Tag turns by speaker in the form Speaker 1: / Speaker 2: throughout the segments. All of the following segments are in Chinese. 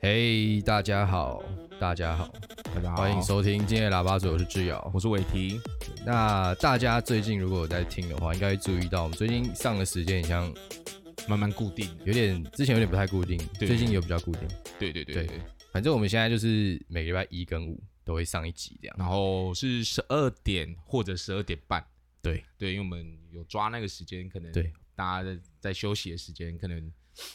Speaker 1: 嘿大家好，大家好，
Speaker 2: 大家好，
Speaker 1: 欢迎收听今天的喇叭嘴，我是志尧。
Speaker 2: 我是伟霆。
Speaker 1: 那大家最近如果有在听的话，应该会注意到我们最近上的时间，像
Speaker 2: 慢慢固定的，
Speaker 1: 有点之前有点不太固定，
Speaker 2: 对
Speaker 1: 最近有比较固定。
Speaker 2: 对对对
Speaker 1: 对反正我们现在就是每个礼拜一跟五都会上一集这样。
Speaker 2: 然后是十二点或者十二点半，
Speaker 1: 对
Speaker 2: 对，因为我们有抓那个时间，可能
Speaker 1: 对，
Speaker 2: 大家在在休息的时间，可能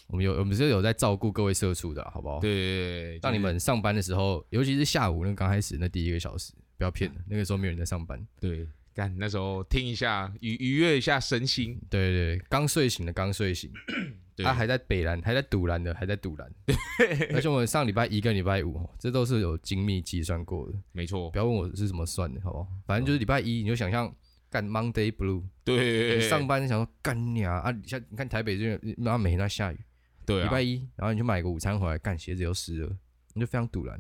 Speaker 1: 我们有我们是有在照顾各位社畜的，好不好？，
Speaker 2: 对对对，
Speaker 1: 让
Speaker 2: 就是
Speaker 1: 哦你们上班的时候，尤其是下午那个刚开始那第一个小时，不要骗了，那个时候没有人在上班。
Speaker 2: 对干那时候听一下愉愉悦一下身心，啊
Speaker 1: 对对对，刚睡醒的刚睡醒，
Speaker 2: 对
Speaker 1: 他、还在北蓝，还在堵蓝的，还在 堵蓝。而且我们上礼拜一跟礼拜五，哦这都是有精密计算过的。
Speaker 2: 没错
Speaker 1: 不，要问我是怎么算的，好不好？反正就是礼拜一，你就想象干 Monday Blue，
Speaker 2: 对，
Speaker 1: 你上班想说干你啊啊！像你看台北这边，妈每天都在下雨。
Speaker 2: 对
Speaker 1: 礼
Speaker 2: 啊
Speaker 1: 拜，一，然后你去买个午餐回来，干鞋子又湿了，你就非常堵然，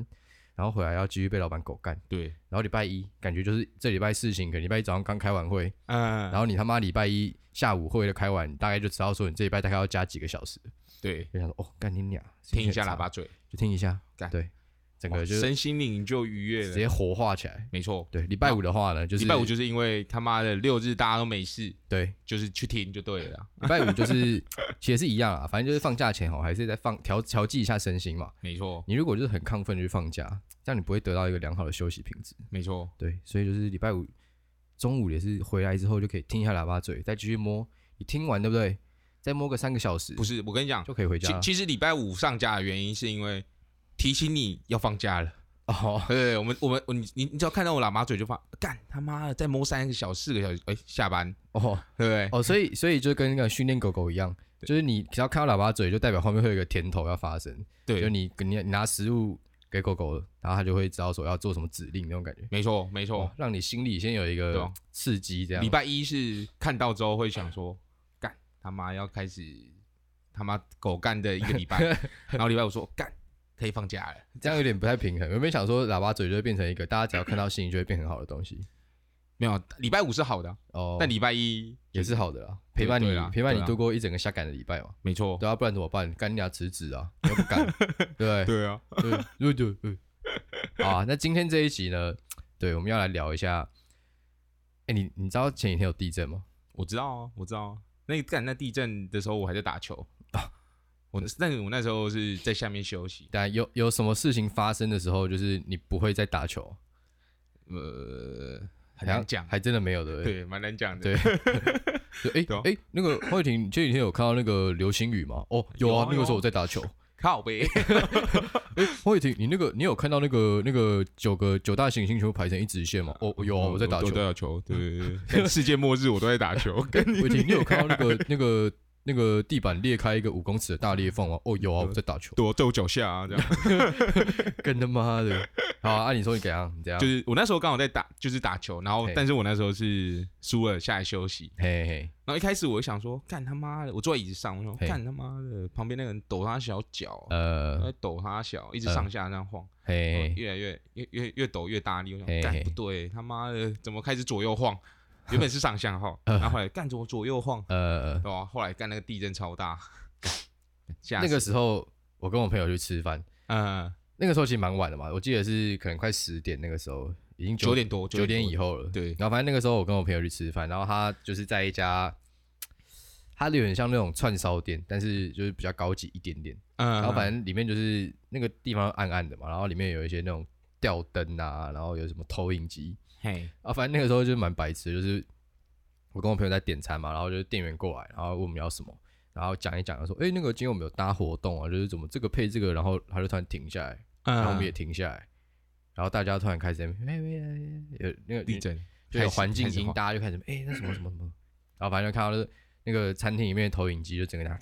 Speaker 1: 然后回来要继续被老板狗干。
Speaker 2: 对，
Speaker 1: 然后礼拜一感觉就是这礼拜事情，可能礼拜一早上刚开完会，
Speaker 2: 嗯，
Speaker 1: 然后你他妈礼拜一下午会的开完，你大概就知道说你这礼拜大概要加几个小时，
Speaker 2: 对，
Speaker 1: 就想说哦，干你俩，
Speaker 2: 听一下喇叭嘴，
Speaker 1: 就听一下，
Speaker 2: 干
Speaker 1: 对，整个
Speaker 2: 哇
Speaker 1: 就是
Speaker 2: 身心灵就愉悦
Speaker 1: 直
Speaker 2: 了，
Speaker 1: 接活化起来。
Speaker 2: 没错。
Speaker 1: 对，礼拜五的话呢，就是
Speaker 2: 礼拜五就是因为他妈的六日大家都没事，
Speaker 1: 对，
Speaker 2: 就是去听就对了啊，
Speaker 1: 礼拜五就是 其实是一样啊，反正就是放假前哦，还是在放调调剂一下身心嘛。
Speaker 2: 没错，
Speaker 1: 你如果就是很亢奋就去放假，这样你不会得到一个良好的休息品质。
Speaker 2: 没错，
Speaker 1: 对，所以就是礼拜五中午也是回来之后就可以听一下喇叭嘴，再继续摸。你听完对不对？再摸个三个小时，
Speaker 2: 不是，我跟你讲，
Speaker 1: 就可以回家
Speaker 2: 其
Speaker 1: 了？
Speaker 2: 其实礼拜五上架的原因是因为提醒你要放假了。
Speaker 1: 哦，
Speaker 2: 对，我们我们我你你你只要看到我喇嘛嘴就发干他妈的再摸三个小时四个小时，哎、下班，
Speaker 1: 哦
Speaker 2: 对不对？
Speaker 1: 哦，所以所以就跟那个训练狗狗一样，就是你只要看到喇叭嘴，就代表后面会有一个甜头要发生。就
Speaker 2: 对，
Speaker 1: 你你你拿食物给狗狗了，然后它就会知道说要做什么指令那种感觉。
Speaker 2: 没错没错
Speaker 1: 哦，。让你心里先有一
Speaker 2: 对
Speaker 1: 个
Speaker 2: 啊
Speaker 1: 刺激，这样
Speaker 2: 礼拜一是看到之后会想说，干他妈要开始他妈狗干的一个 礼拜，然后礼拜五说干可以放假了，
Speaker 1: 这样有点不太平衡。原本想说喇叭嘴就会变成一个大家只要看到心情就会变很好的东西，
Speaker 2: 没有，礼拜五是好的啊，
Speaker 1: 哦，
Speaker 2: 但礼拜一
Speaker 1: 也是好的啦，陪伴你
Speaker 2: 对啦
Speaker 1: 陪伴你
Speaker 2: 对啊
Speaker 1: 度过一整个下感的礼拜嘛，
Speaker 2: 没错，
Speaker 1: 对啊，不然怎么办？干你俩辞职啊，又不 敢，对
Speaker 2: 对啊，
Speaker 1: 对对对对。好啊，那今天这一集呢，对，我们要来聊一下。哎，你你知道前几天有地震吗？
Speaker 2: 我知道啊，我知道啊。那干那地震的时候，我还在打 球。我但是我那时候是在下面休息，
Speaker 1: 但啊有有什么事情发生的时候，就是你不会再打球，
Speaker 2: 呃，很
Speaker 1: 好
Speaker 2: 难
Speaker 1: 像
Speaker 2: 讲，
Speaker 1: 还真的没有的。
Speaker 2: 对，蛮难讲的。
Speaker 1: 对就哎
Speaker 2: 对啊
Speaker 1: 哎，那个黄雨婷前几天有看到那个流星雨吗？哦，有
Speaker 2: 有
Speaker 1: 啊
Speaker 2: 啊，
Speaker 1: 那
Speaker 2: 有
Speaker 1: 个
Speaker 2: 啊
Speaker 1: 时候我在打球。
Speaker 2: 靠呗，
Speaker 1: 哎，黄雨婷，你那个你有看到那个那个九个九大行星全部排成一直线吗？哦，有啊，我在打球
Speaker 2: 我。在 打球，对对对对，世界末日我都在打球。跟
Speaker 1: 伟霆，你有看到那个那个那个地板裂开一个五公尺的大裂缝吗？哦，有啊，我在打 球。
Speaker 2: 躲在我脚下啊，这 样。
Speaker 1: 跟他妈的， 好啊，啊你说你怎样？你怎样？
Speaker 2: 就是我那时候刚好在打，就是打球，然后
Speaker 1: 嘿
Speaker 2: 但是我那时候是输了下来休息，
Speaker 1: 嘿嘿，
Speaker 2: 然后一开始我就想说，干他妈的，我坐在椅子上，我说
Speaker 1: 嘿
Speaker 2: 干他妈的，旁边那个人抖他小脚，
Speaker 1: 呃，
Speaker 2: 在抖他小，一直
Speaker 1: 呃
Speaker 2: 上下这样晃。
Speaker 1: 嘿
Speaker 2: 哦
Speaker 1: 嘿，
Speaker 2: 越来越越越越抖越大力，我想
Speaker 1: 嘿嘿
Speaker 2: 干不对，他妈的怎么开始左右晃？原本是上下晃，然后后来干怎么左右晃？
Speaker 1: 呃，
Speaker 2: 对吧？后来干那个地震超大，吓
Speaker 1: 那个
Speaker 2: 死
Speaker 1: 时候我跟我朋友去吃饭，
Speaker 2: 嗯
Speaker 1: 那个时候其实蛮晚的嘛，我记得是可能快十点那个时候，已经
Speaker 2: 九点多
Speaker 1: 九点
Speaker 2: 多
Speaker 1: 以后了。
Speaker 2: 对
Speaker 1: 然后反正那个时候我跟我朋友去吃饭，然后他就是在一家，他有点像那种串烧店，但是就是比较高级一点点。
Speaker 2: 嗯，
Speaker 1: 然后反正里面就是那个地方暗暗的嘛，然后里面有一些那种吊灯啊，然后有什么投影机
Speaker 2: 嘿
Speaker 1: 啊，反正那个时候就是蛮白痴的，就是我跟我朋友在点餐嘛，然后就是店员过来，然后问我们要什么，然后讲一讲，他说：“哎、那个今天我们有搭活动啊，就是怎么这个配这个。”然后他就突然停下来，然后我们也
Speaker 2: 嗯，
Speaker 1: 停下来，然后大家突然开始在那边哎哎哎哎有那个
Speaker 2: 呃地震
Speaker 1: 就有
Speaker 2: 开始
Speaker 1: 环境
Speaker 2: 开始
Speaker 1: 音，
Speaker 2: 晃
Speaker 1: 大家就开始哎、那什么什么什么，然后反正就看到就是那个餐厅里面的投影机就整个拿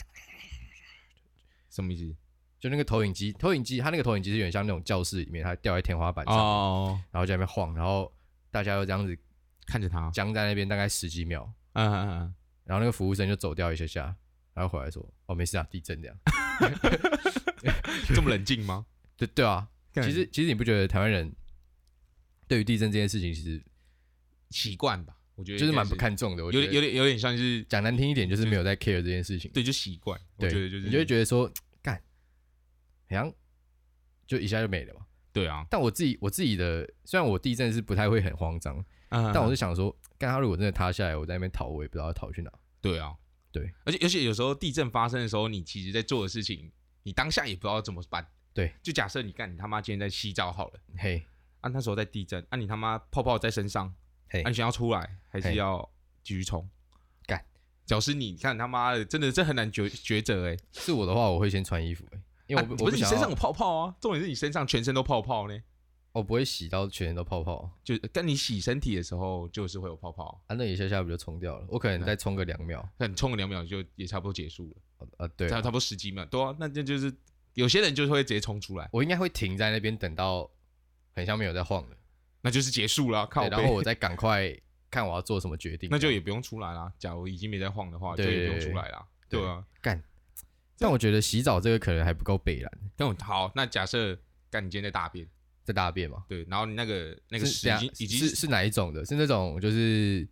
Speaker 2: 什么意思？
Speaker 1: 就那个投影机，投影机它那个投影机是有点像那种教室里面，它吊在天花板上，
Speaker 2: 哦，
Speaker 1: 然后在那边晃，然后大家又这样子
Speaker 2: 看着他，
Speaker 1: 僵在那边大概十几秒，
Speaker 2: 嗯嗯嗯，
Speaker 1: 然后那个服务生就走掉一下下，然后回来说：“哦，没事啊，地震这样。
Speaker 2: 嗯这么冷静吗？
Speaker 1: 对”对啊，
Speaker 2: 干
Speaker 1: 其实其实你不觉得台湾人对于地震这件事情其实
Speaker 2: 习惯吧，我觉得
Speaker 1: 就是
Speaker 2: 应该
Speaker 1: 蛮不，看重的，我觉
Speaker 2: 有点有
Speaker 1: 得
Speaker 2: 点有点像是
Speaker 1: 讲难听一点就是没有在 care 这件事情，
Speaker 2: 对，就习惯，我
Speaker 1: 对，
Speaker 2: 觉得就是
Speaker 1: 你就会觉得说干，好像就一下就没了嘛。
Speaker 2: 对啊，
Speaker 1: 但我自己我自己的，虽然我地震是不太会很慌张，
Speaker 2: 嗯
Speaker 1: 但我是想说，干他如果真的塌下来，我在那边逃，我也不知道要逃去哪。
Speaker 2: 对啊，
Speaker 1: 对，
Speaker 2: 而且而且有时候地震发生的时候，你其实在做的事情，你当下也不知道怎么办。
Speaker 1: 对，
Speaker 2: 就假设你干你他妈今天在洗澡好了，
Speaker 1: 嘿，
Speaker 2: 啊那时候在地震，啊你他妈泡泡在身上，
Speaker 1: 嘿
Speaker 2: 啊你想要出来还是
Speaker 1: 嘿
Speaker 2: 要继续冲？
Speaker 1: 干，
Speaker 2: 屌丝你看他妈的，真的这很难抉抉择哎，
Speaker 1: 是我的话，我会先穿衣服、欸因为我
Speaker 2: 啊
Speaker 1: 不、
Speaker 2: 不
Speaker 1: 我
Speaker 2: 是你
Speaker 1: 想
Speaker 2: 身
Speaker 1: 要
Speaker 2: 上有泡泡啊，重点是你身上全身都泡泡呢，
Speaker 1: 我不会洗到全身都泡泡啊，
Speaker 2: 就跟你洗身体的时候就是会有泡泡，
Speaker 1: 那一下下不就冲掉了？我可
Speaker 2: 嗯
Speaker 1: 能再冲个两秒，
Speaker 2: 但你冲个两秒就也差不多结束了，
Speaker 1: 呃，对
Speaker 2: 差
Speaker 1: 啊，
Speaker 2: 差不多十几秒，对啊，那那就是有些人就是会直接冲出来，
Speaker 1: 我应该会停在那边等到很像没有在晃了，
Speaker 2: 那就是结束了，靠
Speaker 1: 对，
Speaker 2: 背。
Speaker 1: 然后我再赶快看我要做什么决定。
Speaker 2: 那就也不用出来啦。假如已经没在晃的话，就
Speaker 1: 对
Speaker 2: 也不用出来啦。
Speaker 1: 对
Speaker 2: 对啊，
Speaker 1: 但我觉得洗澡这个可能还不够北蓝，
Speaker 2: 那我好，那假设干你今天在大便，
Speaker 1: 在大便嘛。
Speaker 2: 对，然后你那个那个
Speaker 1: 是
Speaker 2: 屎
Speaker 1: 等
Speaker 2: 已
Speaker 1: 下
Speaker 2: 经已
Speaker 1: 是
Speaker 2: 经
Speaker 1: 是哪一种的？是那种就是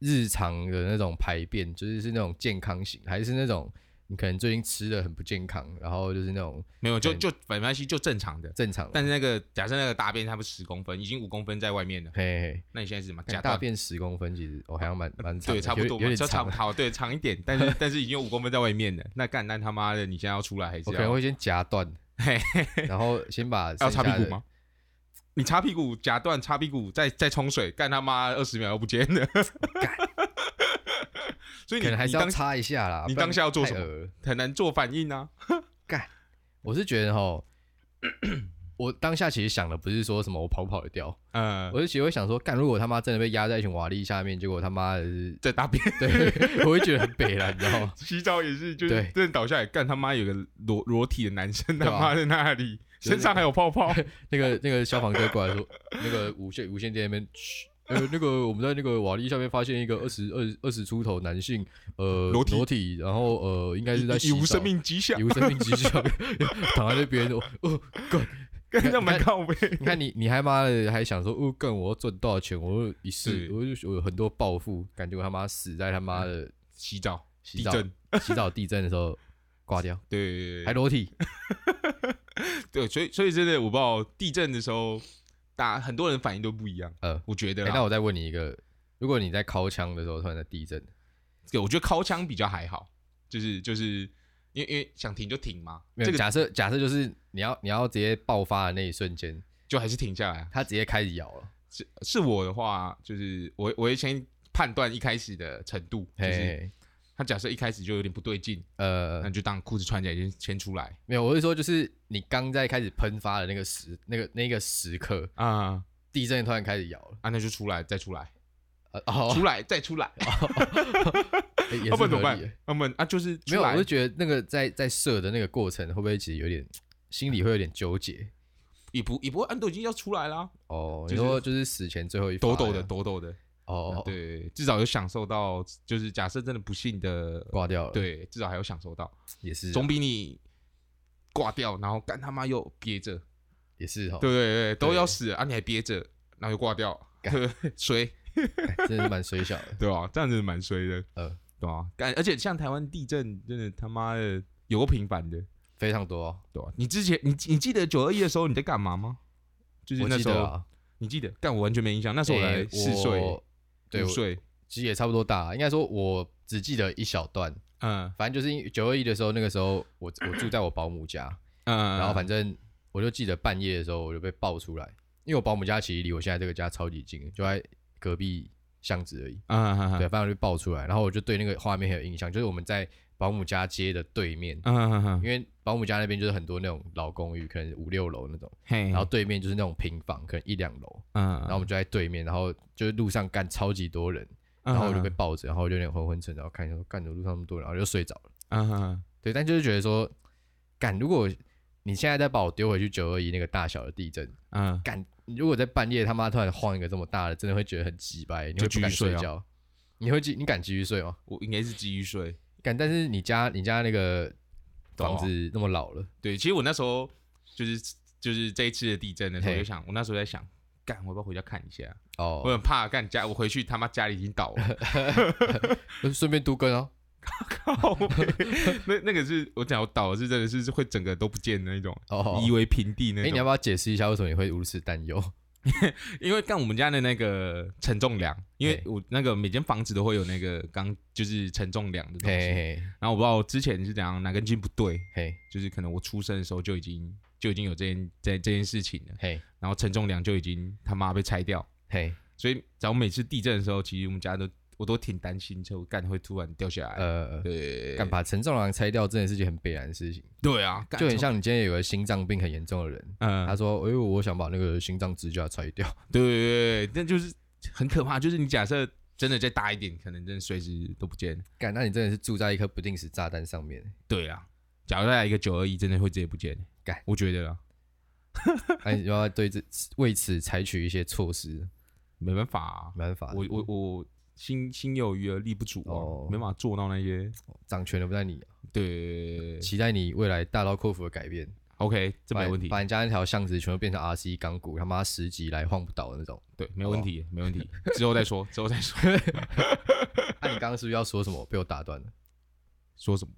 Speaker 1: 日常的那种排便，就是是那种健康型，还是那种你可能最近吃的很不健康，然后就是那种
Speaker 2: 没有，就
Speaker 1: 对
Speaker 2: 就反正系就正常的。
Speaker 1: 正常的？
Speaker 2: 但是那个假设那个大便差不多十公分，已经五公分在外面了，
Speaker 1: 嘿嘿，
Speaker 2: 那你现在是什么？
Speaker 1: 干
Speaker 2: 假呃
Speaker 1: 大便十公分，其实我、哦、还要蛮蛮长的，
Speaker 2: 对，差不
Speaker 1: 有
Speaker 2: 多嘛，
Speaker 1: 有点
Speaker 2: 就差
Speaker 1: 长
Speaker 2: 不。好，对，长一点，但是但是已经有五公分在外面了。那干，那他妈的，你现在要出来还是
Speaker 1: 我可能
Speaker 2: 要
Speaker 1: 会先夹断
Speaker 2: 嘿，
Speaker 1: 然后先把
Speaker 2: 要擦
Speaker 1: 剩下
Speaker 2: 屁股
Speaker 1: 的
Speaker 2: 吗？？你擦屁股夹断，擦屁股再再冲水，干他妈二十秒又不见了。 所以
Speaker 1: 可
Speaker 2: 你
Speaker 1: 能还
Speaker 2: 你
Speaker 1: 是要
Speaker 2: 当
Speaker 1: 擦一下啦。
Speaker 2: 你
Speaker 1: 不然
Speaker 2: 当下要做
Speaker 1: 太
Speaker 2: 什么
Speaker 1: 恶了
Speaker 2: 很难做反应啊。
Speaker 1: 我是觉得哈， 我当下其实想的不是说什么我跑不跑得掉，
Speaker 2: 呃，
Speaker 1: 我是其实会想说，干如果他妈真的被压在一群瓦砾下面，结果他妈的是，
Speaker 2: 在大便
Speaker 1: 对， 我会觉得很北了，你知道吗？
Speaker 2: 洗澡也是，就是
Speaker 1: 对
Speaker 2: 真的倒下来，干他妈有个裸裸体的男生
Speaker 1: 对
Speaker 2: 他
Speaker 1: 啊
Speaker 2: 妈在那里，
Speaker 1: 就是那个
Speaker 2: 身上还有泡泡，
Speaker 1: 那个那个消防队过来说，那个无线无线电那边。嘘呃，那个我们在那个瓦砾下面发现一个二十二二十出头男性，呃，
Speaker 2: 裸体
Speaker 1: 裸体，然后呃，应该是在洗
Speaker 2: 已无
Speaker 1: 澡
Speaker 2: 生命迹象
Speaker 1: 以，无生命迹象， 躺在那边，哦哦，干！
Speaker 2: 干
Speaker 1: 看
Speaker 2: 他妈
Speaker 1: 看
Speaker 2: 靠背。
Speaker 1: 你看你，你还妈的还想说，哦，干！我要赚多少钱？我一
Speaker 2: 对
Speaker 1: 世，我就我有很多暴富，感觉我他妈死在他妈的
Speaker 2: 洗澡，
Speaker 1: 洗
Speaker 2: 地
Speaker 1: 澡
Speaker 2: 震，
Speaker 1: 洗澡地震的时候挂掉，
Speaker 2: 对对
Speaker 1: 还
Speaker 2: 对
Speaker 1: 裸体，
Speaker 2: 对，所以所以真的我不知道地震的时候，大很多人反应都不一样。
Speaker 1: 呃，
Speaker 2: 我觉得
Speaker 1: 哎
Speaker 2: 啦，
Speaker 1: 那我再问你一个，如果你在敲枪的时候突然在地震，
Speaker 2: 对，我觉得靠枪比较还好，就是就是因为因为想停就停嘛，
Speaker 1: 没有
Speaker 2: 这个
Speaker 1: 假设假设就是你要你要直接爆发的那一瞬间，
Speaker 2: 就还是停下来啊。
Speaker 1: 它直接开始摇了，
Speaker 2: 是是我的话，就是我我会先判断一开始的程度，就是
Speaker 1: 嘿，
Speaker 2: 他假设一开始就有点不对劲，那
Speaker 1: 呃，
Speaker 2: 你就当裤子穿起来先先出来
Speaker 1: 没有，我是说就是你刚在开始喷发的那个时那个那个时刻，
Speaker 2: 啊
Speaker 1: 地震突然开始摇了，
Speaker 2: 啊，那就出来再出来，
Speaker 1: 呃哦，
Speaker 2: 出来再出来，
Speaker 1: 哎 也是
Speaker 2: 要不然怎么
Speaker 1: 合
Speaker 2: 办
Speaker 1: 理的。？
Speaker 2: 要不然啊就是出
Speaker 1: 没有，
Speaker 2: 来
Speaker 1: 我就觉得那个在在射的那个过程，会不会其实有点心里会有点纠结？
Speaker 2: 也不也不会，啊都已经要出来啦，
Speaker 1: 哦，
Speaker 2: 就
Speaker 1: 你
Speaker 2: 是
Speaker 1: 说就是死前最后一发
Speaker 2: 抖抖的
Speaker 1: 呀
Speaker 2: 抖抖的，
Speaker 1: 哦，
Speaker 2: 对，对，对至少有享受到，就是假设真的不幸的，
Speaker 1: 挂掉了，，
Speaker 2: 对，至少还有享受到，
Speaker 1: 也是啊
Speaker 2: 总比你挂掉然后干他妈又憋着，
Speaker 1: 也是哦哈，
Speaker 2: 对对对，都要死了啊，你还憋着，然后又挂掉， 衰，。
Speaker 1: 真的是蛮水小的
Speaker 2: 对啊吧？这样子蛮衰的，
Speaker 1: 呃，
Speaker 2: 对吧？干，而且像台湾地震，真的他妈的有够频繁的，
Speaker 1: 非常多哦，
Speaker 2: 对吧？啊你之前你你记得九二一的时候你在干嘛吗？就是
Speaker 1: 我
Speaker 2: 那
Speaker 1: 记
Speaker 2: 时
Speaker 1: 得
Speaker 2: 候，
Speaker 1: 啊，
Speaker 2: 你记得？但我完全没印象，那时候我才
Speaker 1: 诶
Speaker 2: 四岁、
Speaker 1: 我哎对，
Speaker 2: 五
Speaker 1: 我
Speaker 2: 岁，
Speaker 1: 其实也差不多大，啊应该说我只记得一小段，
Speaker 2: 嗯
Speaker 1: 反正就是九二一的时候，那个时候我我住在我保姆 家，
Speaker 2: 嗯，
Speaker 1: 然后反正我就记得半夜的时候我就被抱出来，因为我保姆家其实离我现在这个家超级近，就在隔壁巷子而已。
Speaker 2: 嗯嗯
Speaker 1: 对，反正我就抱出来，然后我就对那个画面很有印象，就是我们在保姆家街的对面，
Speaker 2: 嗯嗯嗯
Speaker 1: 因，为保姆家那边就是很多那种老公寓，可能五六楼那种，
Speaker 2: 嘿，
Speaker 1: 然后对面就是那种平房，可能一两楼，
Speaker 2: 嗯，
Speaker 1: 然后我们就在对面，然后就是路上干超级多人，然
Speaker 2: 嗯
Speaker 1: 后我就被抱着，然后我就有点昏昏沉，然后看一下说干着路上那么多人，然后就睡着了。
Speaker 2: 嗯嗯
Speaker 1: 对，但就是觉得说，干如果你现在再把我丢回去九二一那个大小的地震，
Speaker 2: 嗯，
Speaker 1: 干你如果在半夜他妈突然晃一个这么大的，真的会觉得很鸡掰，你
Speaker 2: 就
Speaker 1: 会不
Speaker 2: 继续
Speaker 1: 敢
Speaker 2: 睡
Speaker 1: 睡
Speaker 2: 啊
Speaker 1: 觉，你会继你敢继续睡吗？
Speaker 2: 我应该是基于睡。
Speaker 1: 干，但是你家你家那个房子那么老了，
Speaker 2: 对，其实我那时候就是就是这一次的地震的时候，
Speaker 1: 嘿
Speaker 2: 我就想，我那时候在想，干，我要不要回家看一下？啊我
Speaker 1: 哦，
Speaker 2: 很怕干家，我回去他妈家里已经倒了，
Speaker 1: 顺便都跟哦，
Speaker 2: 靠北！那那个是我讲我倒的是真的是会整个都不见的那种，
Speaker 1: 哦，
Speaker 2: 夷为平地
Speaker 1: 哎、
Speaker 2: 那
Speaker 1: 你
Speaker 2: 种。
Speaker 1: 要不要解释一下为什么你会如此担忧？
Speaker 2: 因为干我们家的那个承重梁，因为
Speaker 1: 嘿
Speaker 2: 我那个每间房子都会有那个钢，就是承重梁的东
Speaker 1: 嘿
Speaker 2: 西。
Speaker 1: 嘿
Speaker 2: 然后我不知道之前是怎样哪根筋不对，
Speaker 1: 嘿
Speaker 2: 就是可能我出生的时候就已经就已经有这件这这件事情了，
Speaker 1: 嘿
Speaker 2: 然后承重梁就已经他妈被拆掉，
Speaker 1: 嘿，
Speaker 2: 所以只要每次地震的时候，其实我们家都我都挺担心，就干会突然掉下来。
Speaker 1: 呃，
Speaker 2: 对，
Speaker 1: 敢把陈重郎拆掉，真的是件很悲然的事情，
Speaker 2: 对啊，干
Speaker 1: 就很像你今天有个心脏病很严重的人，
Speaker 2: 嗯，
Speaker 1: 他说：“哎呦，我想把那个心脏支架拆掉。
Speaker 2: 对对对，但就是很可怕。就是你假设真的再大一点，可能真的随时都不见。”
Speaker 1: 干，那你真的是住在一颗不定时炸弹上面。
Speaker 2: 对啊，假如再来一个九二一，真的会直接不见。
Speaker 1: 干，
Speaker 2: 我觉得啦，
Speaker 1: 那你要不要对这为此采取一些措施，
Speaker 2: 没办法、啊，
Speaker 1: 没办法，
Speaker 2: 我我我心心有余而力不足啊，
Speaker 1: 哦
Speaker 2: 没办法做到那些。
Speaker 1: 掌权的不在你，啊
Speaker 2: 对
Speaker 1: 期待你未来大刀阔斧的改变，
Speaker 2: ，OK，这没问题
Speaker 1: 把，把你家那条巷子全部变成 RC 钢骨，他妈十级来晃不倒的那种。
Speaker 2: 对，没问
Speaker 1: 哦
Speaker 2: 题，没问题，之后再说，之后再说。
Speaker 1: 那、你刚刚是不是要说什么？被我打断了。
Speaker 2: 说什么？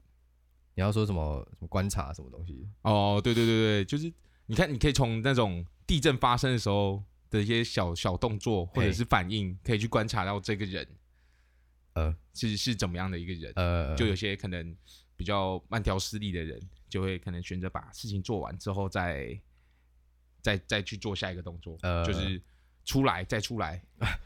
Speaker 1: 你要说什么？什么观察什么东西？
Speaker 2: 哦，对对对对，就是你看，你可以从那种地震发生的时候的一些小小动作或者
Speaker 1: 嘿
Speaker 2: 是反应，可以去观察到这个人
Speaker 1: 呃
Speaker 2: 是是怎么样的一个人。
Speaker 1: 呃，
Speaker 2: 就有些可能比较慢条斯理的人，就会可能选择把事情做完之后再再再去做下一个动作，
Speaker 1: 呃
Speaker 2: 就是出来再出 来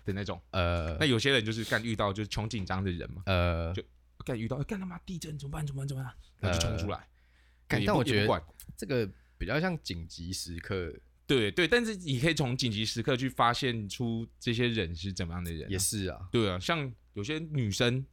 Speaker 2: 的那种。
Speaker 1: 呃
Speaker 2: 那有些人就是干遇到就是穷紧张的人嘛，
Speaker 1: 呃，
Speaker 2: 就干遇到哎干他妈地震怎么办怎么办怎么办，那就冲出来。
Speaker 1: 干
Speaker 2: 也
Speaker 1: 呃但
Speaker 2: 不
Speaker 1: 我
Speaker 2: 也
Speaker 1: 觉
Speaker 2: 不
Speaker 1: 得
Speaker 2: 管
Speaker 1: 这个比较像紧急时刻，
Speaker 2: 对对，但是你可以从紧急时刻去发现出这些人是怎么样的人啊、
Speaker 1: 也是啊。
Speaker 2: 对啊，像有些女生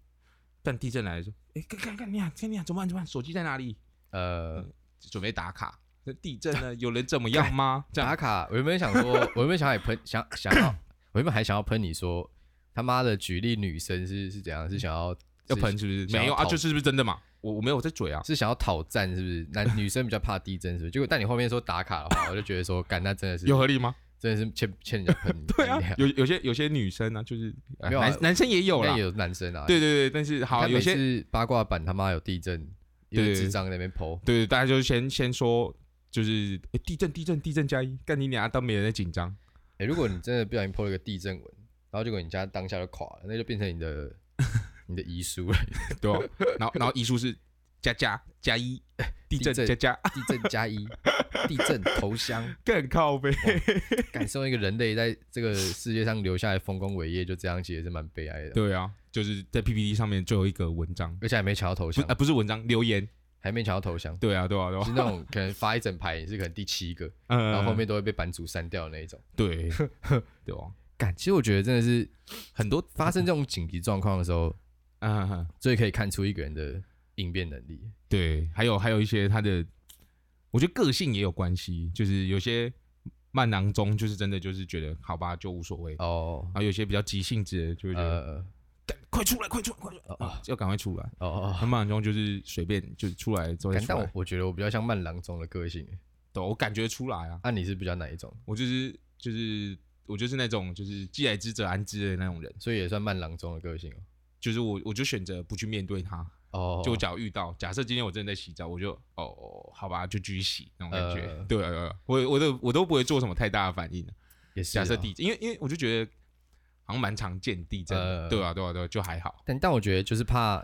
Speaker 2: 干地震来的时候，哎干干干你啊干你啊怎么办怎么办，手机在哪里？
Speaker 1: 呃，
Speaker 2: 嗯准备打卡。那地震呢？有人怎么 样吗？这样
Speaker 1: 打卡，我原本想 说，我原本想也喷，想想要，我原本还想要喷你说他妈的举例女生是是怎样，是想要
Speaker 2: 要喷是不是？没有啊，
Speaker 1: 讨
Speaker 2: 就是是不是真的嘛？我我没有在嘴啊。
Speaker 1: 是想要讨战是不是？ 男女生比较怕地震是不是？结果但你后面说打卡的话，我就觉得说，干那真的是
Speaker 2: 有合理吗？
Speaker 1: 真的是欠欠人家喷。
Speaker 2: 对啊
Speaker 1: 你娘，
Speaker 2: 有有些有些女生呢，就是呃
Speaker 1: 没有啊
Speaker 2: 男男生也有
Speaker 1: 应
Speaker 2: 啦
Speaker 1: 该。也有男生啊。
Speaker 2: 对对对，但是
Speaker 1: 你
Speaker 2: 好
Speaker 1: 看
Speaker 2: 有
Speaker 1: 每
Speaker 2: 些
Speaker 1: 次八卦版他妈有地震，有
Speaker 2: 对
Speaker 1: 智障在那边剖。
Speaker 2: 对，大家就先先说，就是诶地震地震地震加一，干你俩当没人在紧张。
Speaker 1: 哎，如果你真的不小心剖了一个地震文，然后结果你家当下就垮了，那就变成你的你的遗书了。
Speaker 2: 对吧？然后然后遗书是加加加一，地震
Speaker 1: 地震啊
Speaker 2: 加加，
Speaker 1: 地震加一，地震投降。
Speaker 2: 更靠背。
Speaker 1: 感受一个人类在这个世界上留下来丰功伟业，就这样其实也是蛮悲哀的。
Speaker 2: 对啊，就是在 PPT 上面最后一个文章，
Speaker 1: 而且还没抢到头
Speaker 2: 不
Speaker 1: 像
Speaker 2: 啊，不是文章留言。
Speaker 1: 还没抢到头像，
Speaker 2: 对啊对啊对
Speaker 1: 就
Speaker 2: 啊
Speaker 1: 是。那种可能发一整排，你是可能第七个，
Speaker 2: 嗯
Speaker 1: 然后后面都会被版主删掉的那一种。
Speaker 2: 对对啊 吧？
Speaker 1: 感，嗯其实我觉得真的是
Speaker 2: 很多
Speaker 1: 发生这种紧急状况的时候，
Speaker 2: 嗯，嗯
Speaker 1: 最可以看出一个人的应变能力。
Speaker 2: 对，还有还有一些他的，我觉得个性也有关系，就是有些慢囊中就是真的就是觉得好吧就无所谓，然
Speaker 1: 哦，
Speaker 2: 后有些比较急性子的就会觉得、
Speaker 1: 呃，
Speaker 2: 干快出来快出来快出来
Speaker 1: 哦
Speaker 2: 啊，要赶快出来。
Speaker 1: 哦哦，
Speaker 2: 那慢囊中就是随便就出来之后再
Speaker 1: 感，
Speaker 2: 出
Speaker 1: 但我
Speaker 2: 来，
Speaker 1: 我觉得我比较像慢郎中的个性。欸
Speaker 2: 对，我感觉出来啊，
Speaker 1: 那、你是比较哪一种？
Speaker 2: 我就是就是我就是那种就是既来之则安之的那种人，
Speaker 1: 所以也算慢郎中的个性哦。
Speaker 2: 就是我我就选择不去面对他，
Speaker 1: 哦，
Speaker 2: 就我假如遇到，假设今天我真的在洗澡，我就哦，好吧，就继续洗那种感觉。
Speaker 1: 呃
Speaker 2: 对啊，对啊我我都我都不会做什么太大的反应、
Speaker 1: 也是啊
Speaker 2: 假设地震，因为因为我就觉得好像蛮常见地震的、
Speaker 1: 呃
Speaker 2: 对啊，对啊，对啊，就还好。
Speaker 1: 但但我觉得就是怕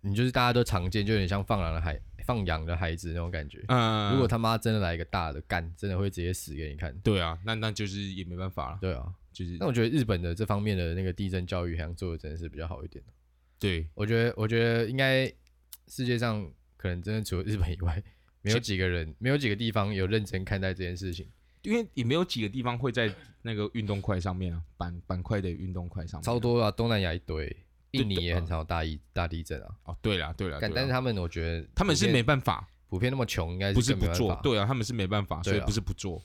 Speaker 1: 你就是大家都常见，就有点像放羊的孩放羊的孩子那种感觉。
Speaker 2: 嗯、
Speaker 1: 如果他妈真的来一个大的干，真的会直接死给你看。
Speaker 2: 对啊，那那就是也没办法了，
Speaker 1: 对啊，
Speaker 2: 就是
Speaker 1: 那我觉得日本的这方面的那个地震教育好像做的真的是比较好一点。哦
Speaker 2: 对
Speaker 1: 我觉得，我觉得应该世界上可能真的除了日本以外，没有几个人，没有几个地方有认真看待这件事情。
Speaker 2: 因为也没有几个地方会在那个运动块上面啊，板板块的运动块上面啊、
Speaker 1: 超多啊，东南亚一堆，印尼
Speaker 2: 对的
Speaker 1: 也很常有大地大地震啊。
Speaker 2: 哦，对啦，对啦，
Speaker 1: 干，
Speaker 2: 对
Speaker 1: 但是
Speaker 2: 啦
Speaker 1: 他们我觉得
Speaker 2: 他们是
Speaker 1: 普遍
Speaker 2: 没办法，
Speaker 1: 普遍那么穷，应该
Speaker 2: 不是
Speaker 1: 更没
Speaker 2: 不
Speaker 1: 办
Speaker 2: 做
Speaker 1: 法，
Speaker 2: 对啊，他们是没办法，所以
Speaker 1: 对啊
Speaker 2: 不是不做，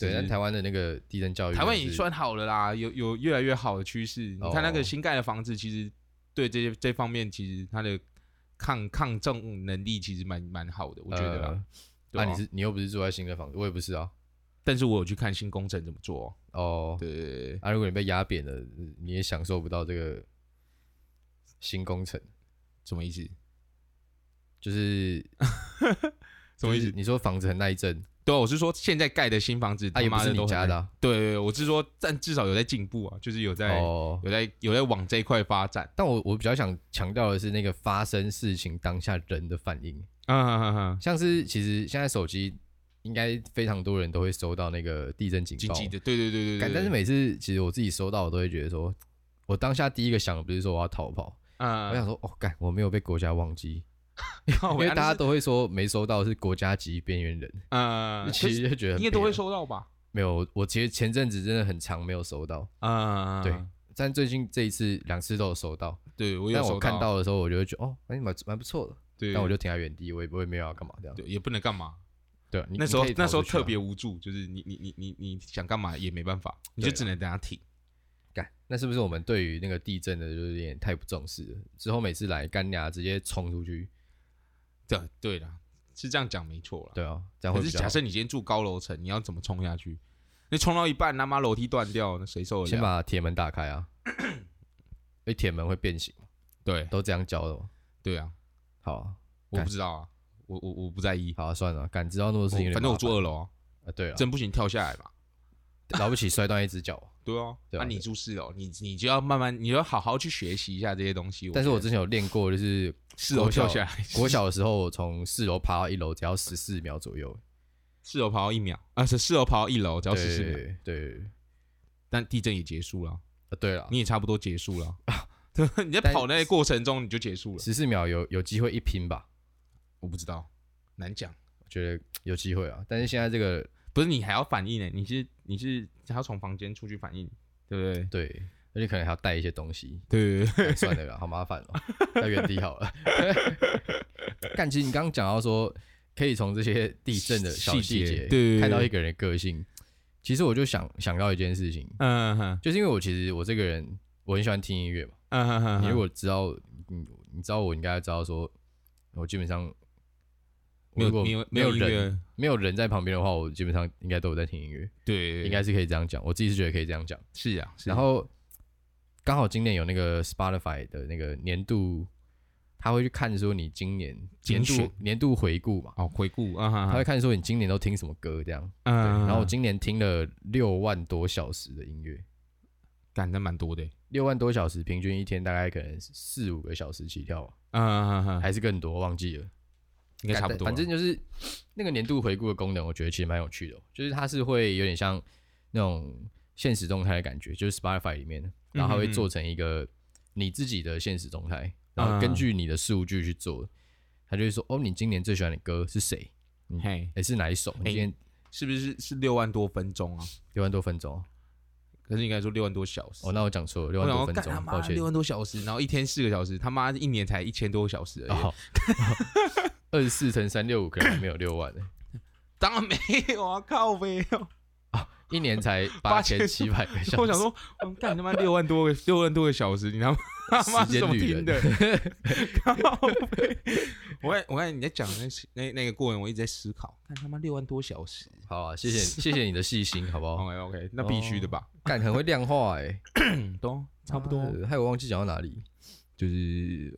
Speaker 1: 对，
Speaker 2: 只
Speaker 1: 但
Speaker 2: 是
Speaker 1: 台湾的那个地震教育，
Speaker 2: 台湾也算好了啦，有有越来越好的趋势。你看那
Speaker 1: 哦
Speaker 2: 个新盖的房子，其实对这些这方面，其实它的抗抗震能力其实蛮蛮好的，我觉得啦
Speaker 1: 呃。
Speaker 2: 对
Speaker 1: 那、
Speaker 2: 啊
Speaker 1: 你是你又不是住在新的房子，我也不是啊。
Speaker 2: 但是我有去看新工程怎么做哦。
Speaker 1: 哦，
Speaker 2: 对对对对
Speaker 1: 啊，如果你被压扁了，你也享受不到这个新工程。
Speaker 2: 什么意思？
Speaker 1: 就是
Speaker 2: 什么意思
Speaker 1: 就是？你说房子很耐震，
Speaker 2: 对啊，我是说现在盖的新房子，
Speaker 1: 啊，
Speaker 2: 他
Speaker 1: 也不
Speaker 2: 妈
Speaker 1: 是
Speaker 2: 的
Speaker 1: 你
Speaker 2: 都很
Speaker 1: 家的啊、
Speaker 2: 对对对，我是说，但至少有在进步啊，就是有在、
Speaker 1: 哦。
Speaker 2: 有在有在往这一块发展。
Speaker 1: 但我我比较想强调的是那个发生事情当下人的反应，
Speaker 2: 嗯嗯嗯嗯，
Speaker 1: 像是其实现在手机应该非常多人都会收到那个地震警
Speaker 2: 经
Speaker 1: 报，
Speaker 2: 济的，对对对对
Speaker 1: 干
Speaker 2: 对。
Speaker 1: 但是
Speaker 2: 没，
Speaker 1: 每次其实我自己收到，我都会觉得说，我当下第一个想的不是说我要逃跑，
Speaker 2: 嗯，
Speaker 1: 我想说，哦，干，我没有被国家忘记，
Speaker 2: 靠
Speaker 1: 因
Speaker 2: 北
Speaker 1: 为
Speaker 2: 啊
Speaker 1: 大家都会说没收到是国家级边缘人，
Speaker 2: 嗯，
Speaker 1: 其实就觉得很
Speaker 2: 应该都
Speaker 1: 悲
Speaker 2: 会
Speaker 1: 哀
Speaker 2: 收到吧？
Speaker 1: 没有，我我其实前阵子真的很长没有收到，
Speaker 2: 嗯，
Speaker 1: 对但最近这一次两次都有收到，
Speaker 2: 对，我有
Speaker 1: 但
Speaker 2: 收
Speaker 1: 我看，到的时候，我就会觉得，哦，哎，蛮蛮不错的，
Speaker 2: 对，
Speaker 1: 但我就停在原地，我也我也没有要干嘛这样，
Speaker 2: 对也不能干嘛。
Speaker 1: 对，你
Speaker 2: 那时候
Speaker 1: 你可以逃
Speaker 2: 那时候
Speaker 1: 出去啊
Speaker 2: 特别无助，就是你你你你你想干嘛也没办法，你就
Speaker 1: 对啊
Speaker 2: 只能等他停。
Speaker 1: 干，那是不是我们对于那个地震的就是有点太不重视了？之后每次来干俩直接冲出去，
Speaker 2: 对对啦，是这样讲没错啦。
Speaker 1: 对啊，这样会
Speaker 2: 可
Speaker 1: 比
Speaker 2: 是
Speaker 1: 较好
Speaker 2: 假设你今天住高楼层，你要怎么冲下去？那冲到一半，他妈楼梯断掉，那谁受得
Speaker 1: 先
Speaker 2: 了？
Speaker 1: 把铁门打开啊，因为铁门会变形，
Speaker 2: 对
Speaker 1: 都这样教的嘛。
Speaker 2: 对啊，
Speaker 1: 好啊，
Speaker 2: 我
Speaker 1: 干
Speaker 2: 不知道啊，我我我不在意，
Speaker 1: 好啊，算了，感知到那么多事情有
Speaker 2: 我
Speaker 1: 点麻烦，
Speaker 2: 反正我住二楼啊，
Speaker 1: 啊，对啊，
Speaker 2: 真不行跳下来嘛。
Speaker 1: 了不起摔断一只 脚。
Speaker 2: 对啊，
Speaker 1: 对啊
Speaker 2: 那你住四楼，你你就要慢慢，你要好好去学习一下这些东西。
Speaker 1: 但是我
Speaker 2: 觉得
Speaker 1: 之前有练过， 就是
Speaker 2: 四楼
Speaker 1: 国
Speaker 2: 跳
Speaker 1: 小
Speaker 2: 下来，
Speaker 1: 国小的时候，我从四楼爬到一楼只要十四秒左右，
Speaker 2: 四楼跑到一秒啊，是四楼跑到一楼只要
Speaker 1: 对
Speaker 2: 十四秒，
Speaker 1: 对，
Speaker 2: 但地震也结束了，
Speaker 1: 啊对了，
Speaker 2: 你也差不多结 束了。 对，你在
Speaker 1: 但
Speaker 2: 跑那个过程中你就结束了，
Speaker 1: 十四秒有有机会一拼吧，
Speaker 2: 我不知道，难讲。
Speaker 1: 我觉得有机会啊。但是现在这个
Speaker 2: 不是你还要反应呢、欸你是你是还要从房间出去反应，对不对？
Speaker 1: 对，而且可能还要带一些东西，
Speaker 2: 对对
Speaker 1: 哎 算了啦，好麻烦 哦，在原地好了。 干，其实你刚刚讲到说，可以从这些地震的小
Speaker 2: 细
Speaker 1: 细
Speaker 2: 节
Speaker 1: 节
Speaker 2: 对对对
Speaker 1: 看到一个人的个性。其实我就想想到一件事情，
Speaker 2: 嗯哼
Speaker 1: 就是因为我其实我这个人我很喜欢听音乐嘛，
Speaker 2: 嗯哼哼
Speaker 1: 你如
Speaker 2: 哼，
Speaker 1: 果知道，你你知道我应该知道说，我基本上如
Speaker 2: 没有
Speaker 1: 果
Speaker 2: 没有
Speaker 1: 没
Speaker 2: 有音
Speaker 1: 人
Speaker 2: 乐，
Speaker 1: 没有人在旁边的话，我基本上应该都有在听音乐，
Speaker 2: 对，
Speaker 1: 应该是可以这样讲，我自己是觉得可以这样讲。
Speaker 2: 是啊。是啊
Speaker 1: 然后刚好今年有那个 Spotify 的那个年度，他会去看说你今年
Speaker 2: 精
Speaker 1: 年
Speaker 2: 选
Speaker 1: 度年度回顾嘛，
Speaker 2: 哦，回顾啊哈
Speaker 1: 他
Speaker 2: 哈
Speaker 1: 会，看说你今年都听什么歌这样。对，
Speaker 2: 嗯，
Speaker 1: 然后我今年听了六万多小时的音乐，
Speaker 2: 感的蛮多的欸，
Speaker 1: 六万多小时，平均一天大概可能四五个小时起跳吧，
Speaker 2: 嗯哼哼，
Speaker 1: 还是更多，忘记了。
Speaker 2: 应该差不多啊。
Speaker 1: 反正就是那个年度回顾的功能，我觉得其实蛮有趣的哦、就是它是会有点像那种现实动态的感觉，就是 Spotify 里面的，然后它
Speaker 2: 嗯嗯
Speaker 1: 会
Speaker 2: 嗯
Speaker 1: 做成一个你自己的现实动态，然
Speaker 2: 啊
Speaker 1: 后根据你的数据去做，它就会说哦，你今年最喜欢的歌是谁？
Speaker 2: 嘿，
Speaker 1: 诶，是哪一首？你今天
Speaker 2: 是不是是六万多分钟啊？
Speaker 1: 六万多分钟哦
Speaker 2: 可是应该说六万多小时。
Speaker 1: 哦，那我讲错了，六
Speaker 2: 我
Speaker 1: 万
Speaker 2: 想
Speaker 1: 多
Speaker 2: 说
Speaker 1: 分
Speaker 2: 干他
Speaker 1: 钟，
Speaker 2: 妈
Speaker 1: 抱歉
Speaker 2: 六，万多小时，然后一天四个小时，他妈一年才一千多个小时而已。
Speaker 1: 哦，二十四乘三六五可能还没有六万呢，
Speaker 2: 当然没有啊，靠呗！
Speaker 1: 一年才
Speaker 2: 八
Speaker 1: 八
Speaker 2: 千
Speaker 1: 千七百个小时。
Speaker 2: 我想说，我干他妈六万多个六万多个小时，你他妈他妈
Speaker 1: 时间
Speaker 2: 怎么
Speaker 1: 旅
Speaker 2: 听
Speaker 1: 人
Speaker 2: 的？ 靠呗！我看我看你在讲那那那个过程，我一直在思考，看他妈六万多小时。
Speaker 1: 好啊，谢谢谢谢你的细心，好不 好？
Speaker 2: OK OK，那必须的吧？
Speaker 1: 干很会量化哎、欸，
Speaker 2: 嗯，都差不多。
Speaker 1: 妈的呃害我忘记讲到哪里
Speaker 2: 就是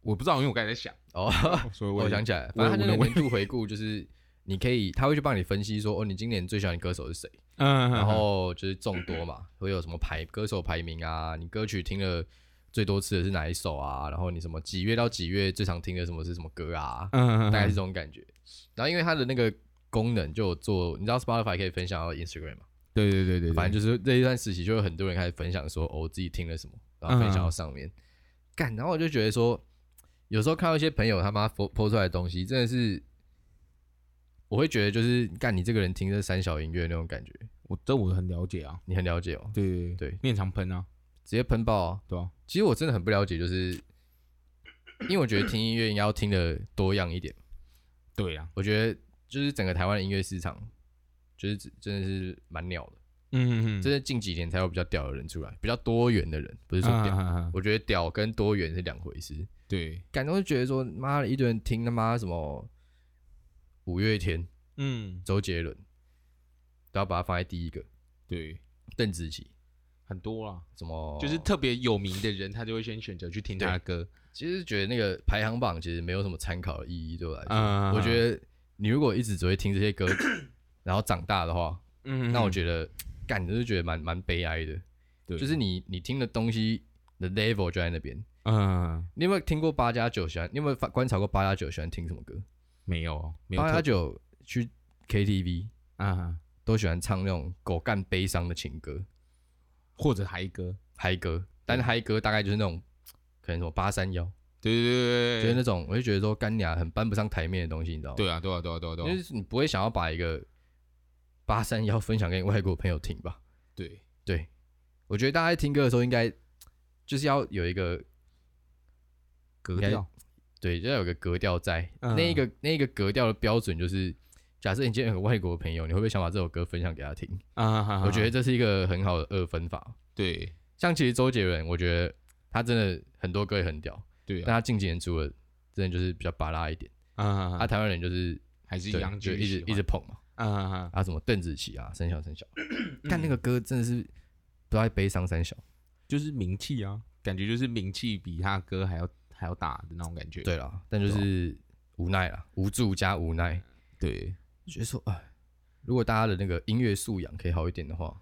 Speaker 2: 我不知道，因为我刚才在想，
Speaker 1: 哦。
Speaker 2: 所以
Speaker 1: 我
Speaker 2: 也
Speaker 1: 想起来了，
Speaker 2: 我
Speaker 1: 反
Speaker 2: 也
Speaker 1: 正他那
Speaker 2: 无能
Speaker 1: 个年度回顾就是你可以，他会去帮你分析说，哦，你今年最喜欢的歌手是谁，
Speaker 2: 嗯，
Speaker 1: 然后就是众多嘛，会有什么排歌手排名啊，你歌曲听了最多次的是哪一首啊，然后你什么几月到几月最常听的什么是什么歌啊，
Speaker 2: 嗯，
Speaker 1: 大概是这种感觉。然后因为它的那个功能就有做，你知道 Spotify 可以分享到 Instagram 嘛，
Speaker 2: 对对对对，
Speaker 1: 反正就是这一段时期，就有很多人开始分享说，哦，我自己听了什么，然后分
Speaker 2: 嗯
Speaker 1: 享到上面。干、然后我就觉得说，有时候看到一些朋友他妈剖剖出来的东西，真的是，我会觉得就是干你这个人听这三小音乐那种感觉，
Speaker 2: 我这我很了解啊，
Speaker 1: 你很了解哦，
Speaker 2: 对对
Speaker 1: 对
Speaker 2: 面常喷啊，
Speaker 1: 直接喷爆啊！
Speaker 2: 对啊，
Speaker 1: 其实我真的很不了解，就是因为我觉得听音乐应该要听的多样一点。
Speaker 2: 对啊，
Speaker 1: 我觉得就是整个台湾的音乐市场，就是真的是蛮鸟的，
Speaker 2: 嗯嗯
Speaker 1: 这是近几年才有比较屌的人出来，比较多元的人，不是说屌。
Speaker 2: 嗯，
Speaker 1: 我觉得屌跟多元是两回事。
Speaker 2: 对，
Speaker 1: 感动就觉得说，妈的，一堆人听他妈什么五月天、
Speaker 2: 嗯
Speaker 1: 周杰伦，都要把它放在第一个。
Speaker 2: 对，
Speaker 1: 邓紫棋
Speaker 2: 很多啦，
Speaker 1: 什么，
Speaker 2: 哦就是特别有名的人，他就会先选择去听他的歌，
Speaker 1: 其实觉得那个排行榜其实没有什么参考的意义，对我来说，
Speaker 2: 嗯
Speaker 1: 我觉得你如果一直只会听这些歌，然后长大的话，
Speaker 2: 嗯
Speaker 1: 那我觉得，干，就是觉得蛮蛮悲哀的。
Speaker 2: 对
Speaker 1: 就是你你听的东西的 level 就在那边。
Speaker 2: 嗯
Speaker 1: 你有没有听过八加九喜欢？你有没有发观察过八加九喜欢听什么歌？
Speaker 2: 没有哦没有
Speaker 1: 八加
Speaker 2: 特
Speaker 1: 九啊去 KTV
Speaker 2: 啊，
Speaker 1: 都喜欢唱那种狗干悲伤的情歌、
Speaker 2: 或者嗨歌，
Speaker 1: 嗨歌，但是嗨歌大概就是那种可能什么八三幺，
Speaker 2: 对对对
Speaker 1: 就是
Speaker 2: 对对
Speaker 1: 那种我就觉得说干娘很搬不上台面的东西，你知道吗？
Speaker 2: 对啊对啊对啊对啊对
Speaker 1: 因
Speaker 2: 啊
Speaker 1: 为你不会想要把一个八三幺分享给外国朋友听吧？
Speaker 2: 对，
Speaker 1: 对，我觉得大家在听歌的时候应该就是要有一个
Speaker 2: 格
Speaker 1: 应该
Speaker 2: 调，
Speaker 1: 对，就要有个格调在。
Speaker 2: 嗯
Speaker 1: 那一个那一个格调的标准就是，假设你今天有个外国朋友，你会不会想把这首歌分享给他听？
Speaker 2: 啊
Speaker 1: 我觉得这是一个很好的二分法。
Speaker 2: 对
Speaker 1: 像其实周杰伦，我觉得他真的很多歌也很屌，
Speaker 2: 对
Speaker 1: 但他
Speaker 2: 啊
Speaker 1: 近几年出的真的就是比较拔拉一点。
Speaker 2: 啊
Speaker 1: 啊，
Speaker 2: 啊
Speaker 1: 台湾人就是
Speaker 2: 还是
Speaker 1: 对
Speaker 2: 杨
Speaker 1: 就
Speaker 2: 局
Speaker 1: 一直一直捧嘛，
Speaker 2: 啊啊
Speaker 1: 啊什么邓紫棋啊，三小 三小，看那
Speaker 2: 嗯
Speaker 1: 个歌真的是不知道在悲伤三小。
Speaker 2: 就是名气啊，感觉就是名气比他歌还要还要大的那种感觉，
Speaker 1: 对啊啦，但就是无奈啦，无助加无奈。
Speaker 2: 嗯对，
Speaker 1: 觉得说，哎，如果大家的那个音乐素养可以好一点的话，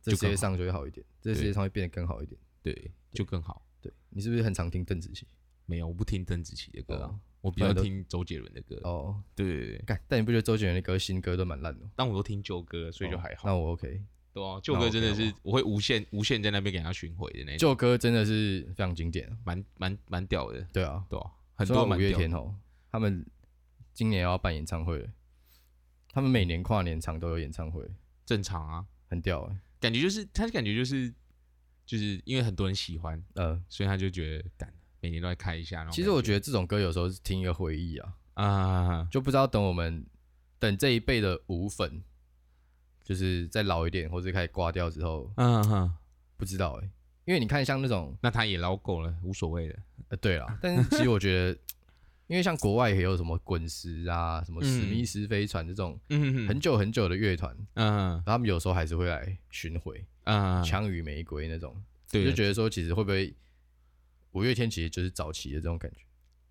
Speaker 1: 这
Speaker 2: 就
Speaker 1: 世
Speaker 2: 更好
Speaker 1: 界上就会好一点，这世界上会变得更好一点。
Speaker 2: 对，就更好。
Speaker 1: 对你是不是很常听邓紫棋？
Speaker 2: 没有，我不听邓紫棋的歌啊
Speaker 1: 哦，
Speaker 2: 我比
Speaker 1: 不
Speaker 2: 较
Speaker 1: 然都
Speaker 2: 听周杰伦的歌。
Speaker 1: 哦，
Speaker 2: 对对对，对
Speaker 1: 干，但你不觉得周杰伦的歌新歌都蛮烂的吗？
Speaker 2: 但我都听旧歌，所以就还好。
Speaker 1: 哦那我 OK，
Speaker 2: 对啊，旧
Speaker 1: 那
Speaker 2: 歌
Speaker 1: OK，
Speaker 2: 真的
Speaker 1: 好
Speaker 2: 是我会无限无限在那边给他巡回的那种，
Speaker 1: 旧歌真的是非常经典啊。
Speaker 2: 蛮蛮蛮屌的，
Speaker 1: 对啊，
Speaker 2: 对啊，很
Speaker 1: 说
Speaker 2: 多
Speaker 1: 到五
Speaker 2: 蛮
Speaker 1: 月
Speaker 2: 屌的。
Speaker 1: 天哦，他们今年要办演唱会了，他们每年跨年场都有演唱会，
Speaker 2: 正常啊，
Speaker 1: 很屌哎、
Speaker 2: 感觉就是他感觉就是就是因为很多人喜欢，
Speaker 1: 呃，
Speaker 2: 所以他就觉得干每年都来开一下那种感。
Speaker 1: 其实我觉得这种歌有时候是听一个回忆啊，
Speaker 2: 得啊，
Speaker 1: 就不知道等我们等这一辈的舞粉，就是再老一点或者开始挂掉之后，
Speaker 2: 嗯哼，
Speaker 1: 不知道哎、因为你看像那种
Speaker 2: 那他也老狗了，无所谓的。
Speaker 1: 呃对啦，但是其实我觉得，因为像国外也有什么滚石啊、什么史密斯飞船这种
Speaker 2: 嗯
Speaker 1: 很久很久的乐团，
Speaker 2: 嗯
Speaker 1: 他们有时候还是会来巡回
Speaker 2: 嗯，
Speaker 1: 《枪与玫瑰》那种，我就
Speaker 2: 对，
Speaker 1: 觉得说其实会不会五月天其实就是早期的这种感觉，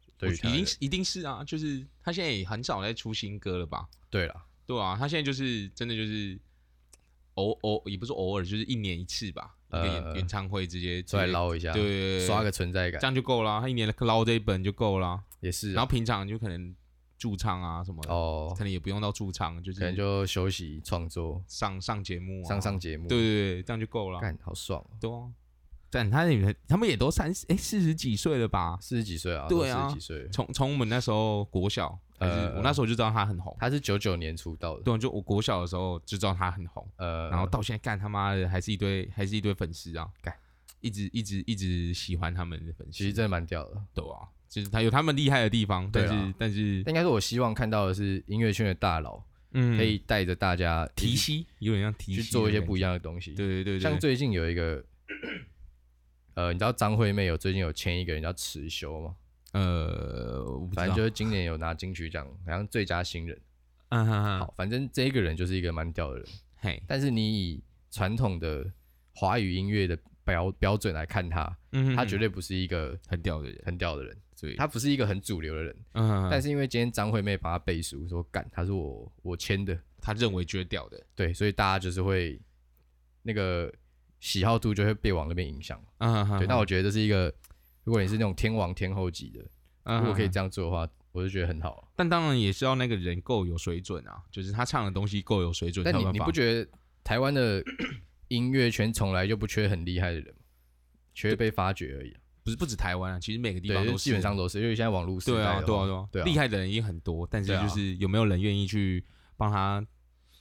Speaker 2: 我
Speaker 1: 对于
Speaker 2: 一
Speaker 1: 台湾
Speaker 2: 定
Speaker 1: 人
Speaker 2: 是一定是啊，就是他现在也很少在出新歌了吧？
Speaker 1: 对啦，
Speaker 2: 对啊，他现在就是真的就是偶偶也不是偶尔，就是一年一次吧，一个演、
Speaker 1: 呃
Speaker 2: 演唱会直接
Speaker 1: 出来，捞一下，
Speaker 2: 直接对对对，
Speaker 1: 刷个存在感
Speaker 2: 这样就够了啊、他一年捞这一本就够了啊、
Speaker 1: 也是
Speaker 2: 然
Speaker 1: 啊、
Speaker 2: 后平常就可能驻唱啊什么的，
Speaker 1: 哦，
Speaker 2: 可能也不用到驻唱，就是
Speaker 1: 可能就休息创作、
Speaker 2: 上上节目、啊，
Speaker 1: 上上节目，
Speaker 2: 对对对，这样就够了啊、
Speaker 1: 干好爽哦！
Speaker 2: 对啊，但他也他们也都三十哎四十几岁了吧？
Speaker 1: 四十几岁啊，
Speaker 2: 对
Speaker 1: 都四
Speaker 2: 啊
Speaker 1: 十几岁，
Speaker 2: 从从我们那时候国小，还是、
Speaker 1: 呃
Speaker 2: 我那时候就知道他很红，
Speaker 1: 他是九九年出道的，
Speaker 2: 对啊、就我国小的时候就知道他很红。
Speaker 1: 呃，
Speaker 2: 然后到现在干他妈的还是一堆还是一堆粉丝啊，
Speaker 1: 干
Speaker 2: 一直一直一直喜欢他们的粉丝，
Speaker 1: 其实真的蛮屌的。
Speaker 2: 对啊，就是他有他们厉害的地方，
Speaker 1: 对
Speaker 2: 但
Speaker 1: 啊
Speaker 2: 是但是
Speaker 1: 但应该是我希望看到的是音乐圈的大佬
Speaker 2: 嗯
Speaker 1: 可以带着大家
Speaker 2: 提息，有点像提息
Speaker 1: 去做一些不
Speaker 2: 一
Speaker 1: 一样的东西，
Speaker 2: 对对对对，
Speaker 1: 像最近有一个。呃，你知道张惠妹有最近有签一个人叫池修吗？
Speaker 2: 呃，我不知
Speaker 1: 反正
Speaker 2: 道，
Speaker 1: 就是今年有拿金曲奖，好像最佳新人。
Speaker 2: 嗯哼哼，
Speaker 1: 好，反正这一个人就是一个蛮屌的人。
Speaker 2: 嘿，
Speaker 1: 但是你以传统的华语音乐的标标准来看他，
Speaker 2: 嗯哼
Speaker 1: 他绝对不是一个
Speaker 2: 很屌的人，
Speaker 1: 很屌的人，
Speaker 2: 所以
Speaker 1: 他不是一个很主流的人。
Speaker 2: 嗯哼哼，
Speaker 1: 但是因为今天张惠妹帮他背书，说干，他是我我签的，
Speaker 2: 他认为绝屌的，
Speaker 1: 对，所以大家就是会那个喜好度就会被往那边影响。
Speaker 2: 嗯哼哼，
Speaker 1: 对，那我觉得这是一个，如果你是那种天王天后级的，
Speaker 2: 嗯哼哼
Speaker 1: 如果可以这样做的话，我就觉得很好。
Speaker 2: 但当然也是要那个人够有水准啊，就是他唱的东西够有水准，
Speaker 1: 但
Speaker 2: 才有
Speaker 1: 你
Speaker 2: 办
Speaker 1: 你
Speaker 2: 法
Speaker 1: 不觉得台湾的 音乐圈从来就不缺很厉害的人吗？缺被发掘而已啊、
Speaker 2: 不是不止台湾啊，其实每个地
Speaker 1: 对，
Speaker 2: 方
Speaker 1: 就
Speaker 2: 都
Speaker 1: 基本
Speaker 2: 是
Speaker 1: 上都是，因为现在网络时
Speaker 2: 对
Speaker 1: 代
Speaker 2: 啊，
Speaker 1: 的
Speaker 2: 对
Speaker 1: 话
Speaker 2: 啊，对啊，
Speaker 1: 对啊
Speaker 2: 厉害的人也很多，但是
Speaker 1: 对啊
Speaker 2: 就是有没有人愿意去帮他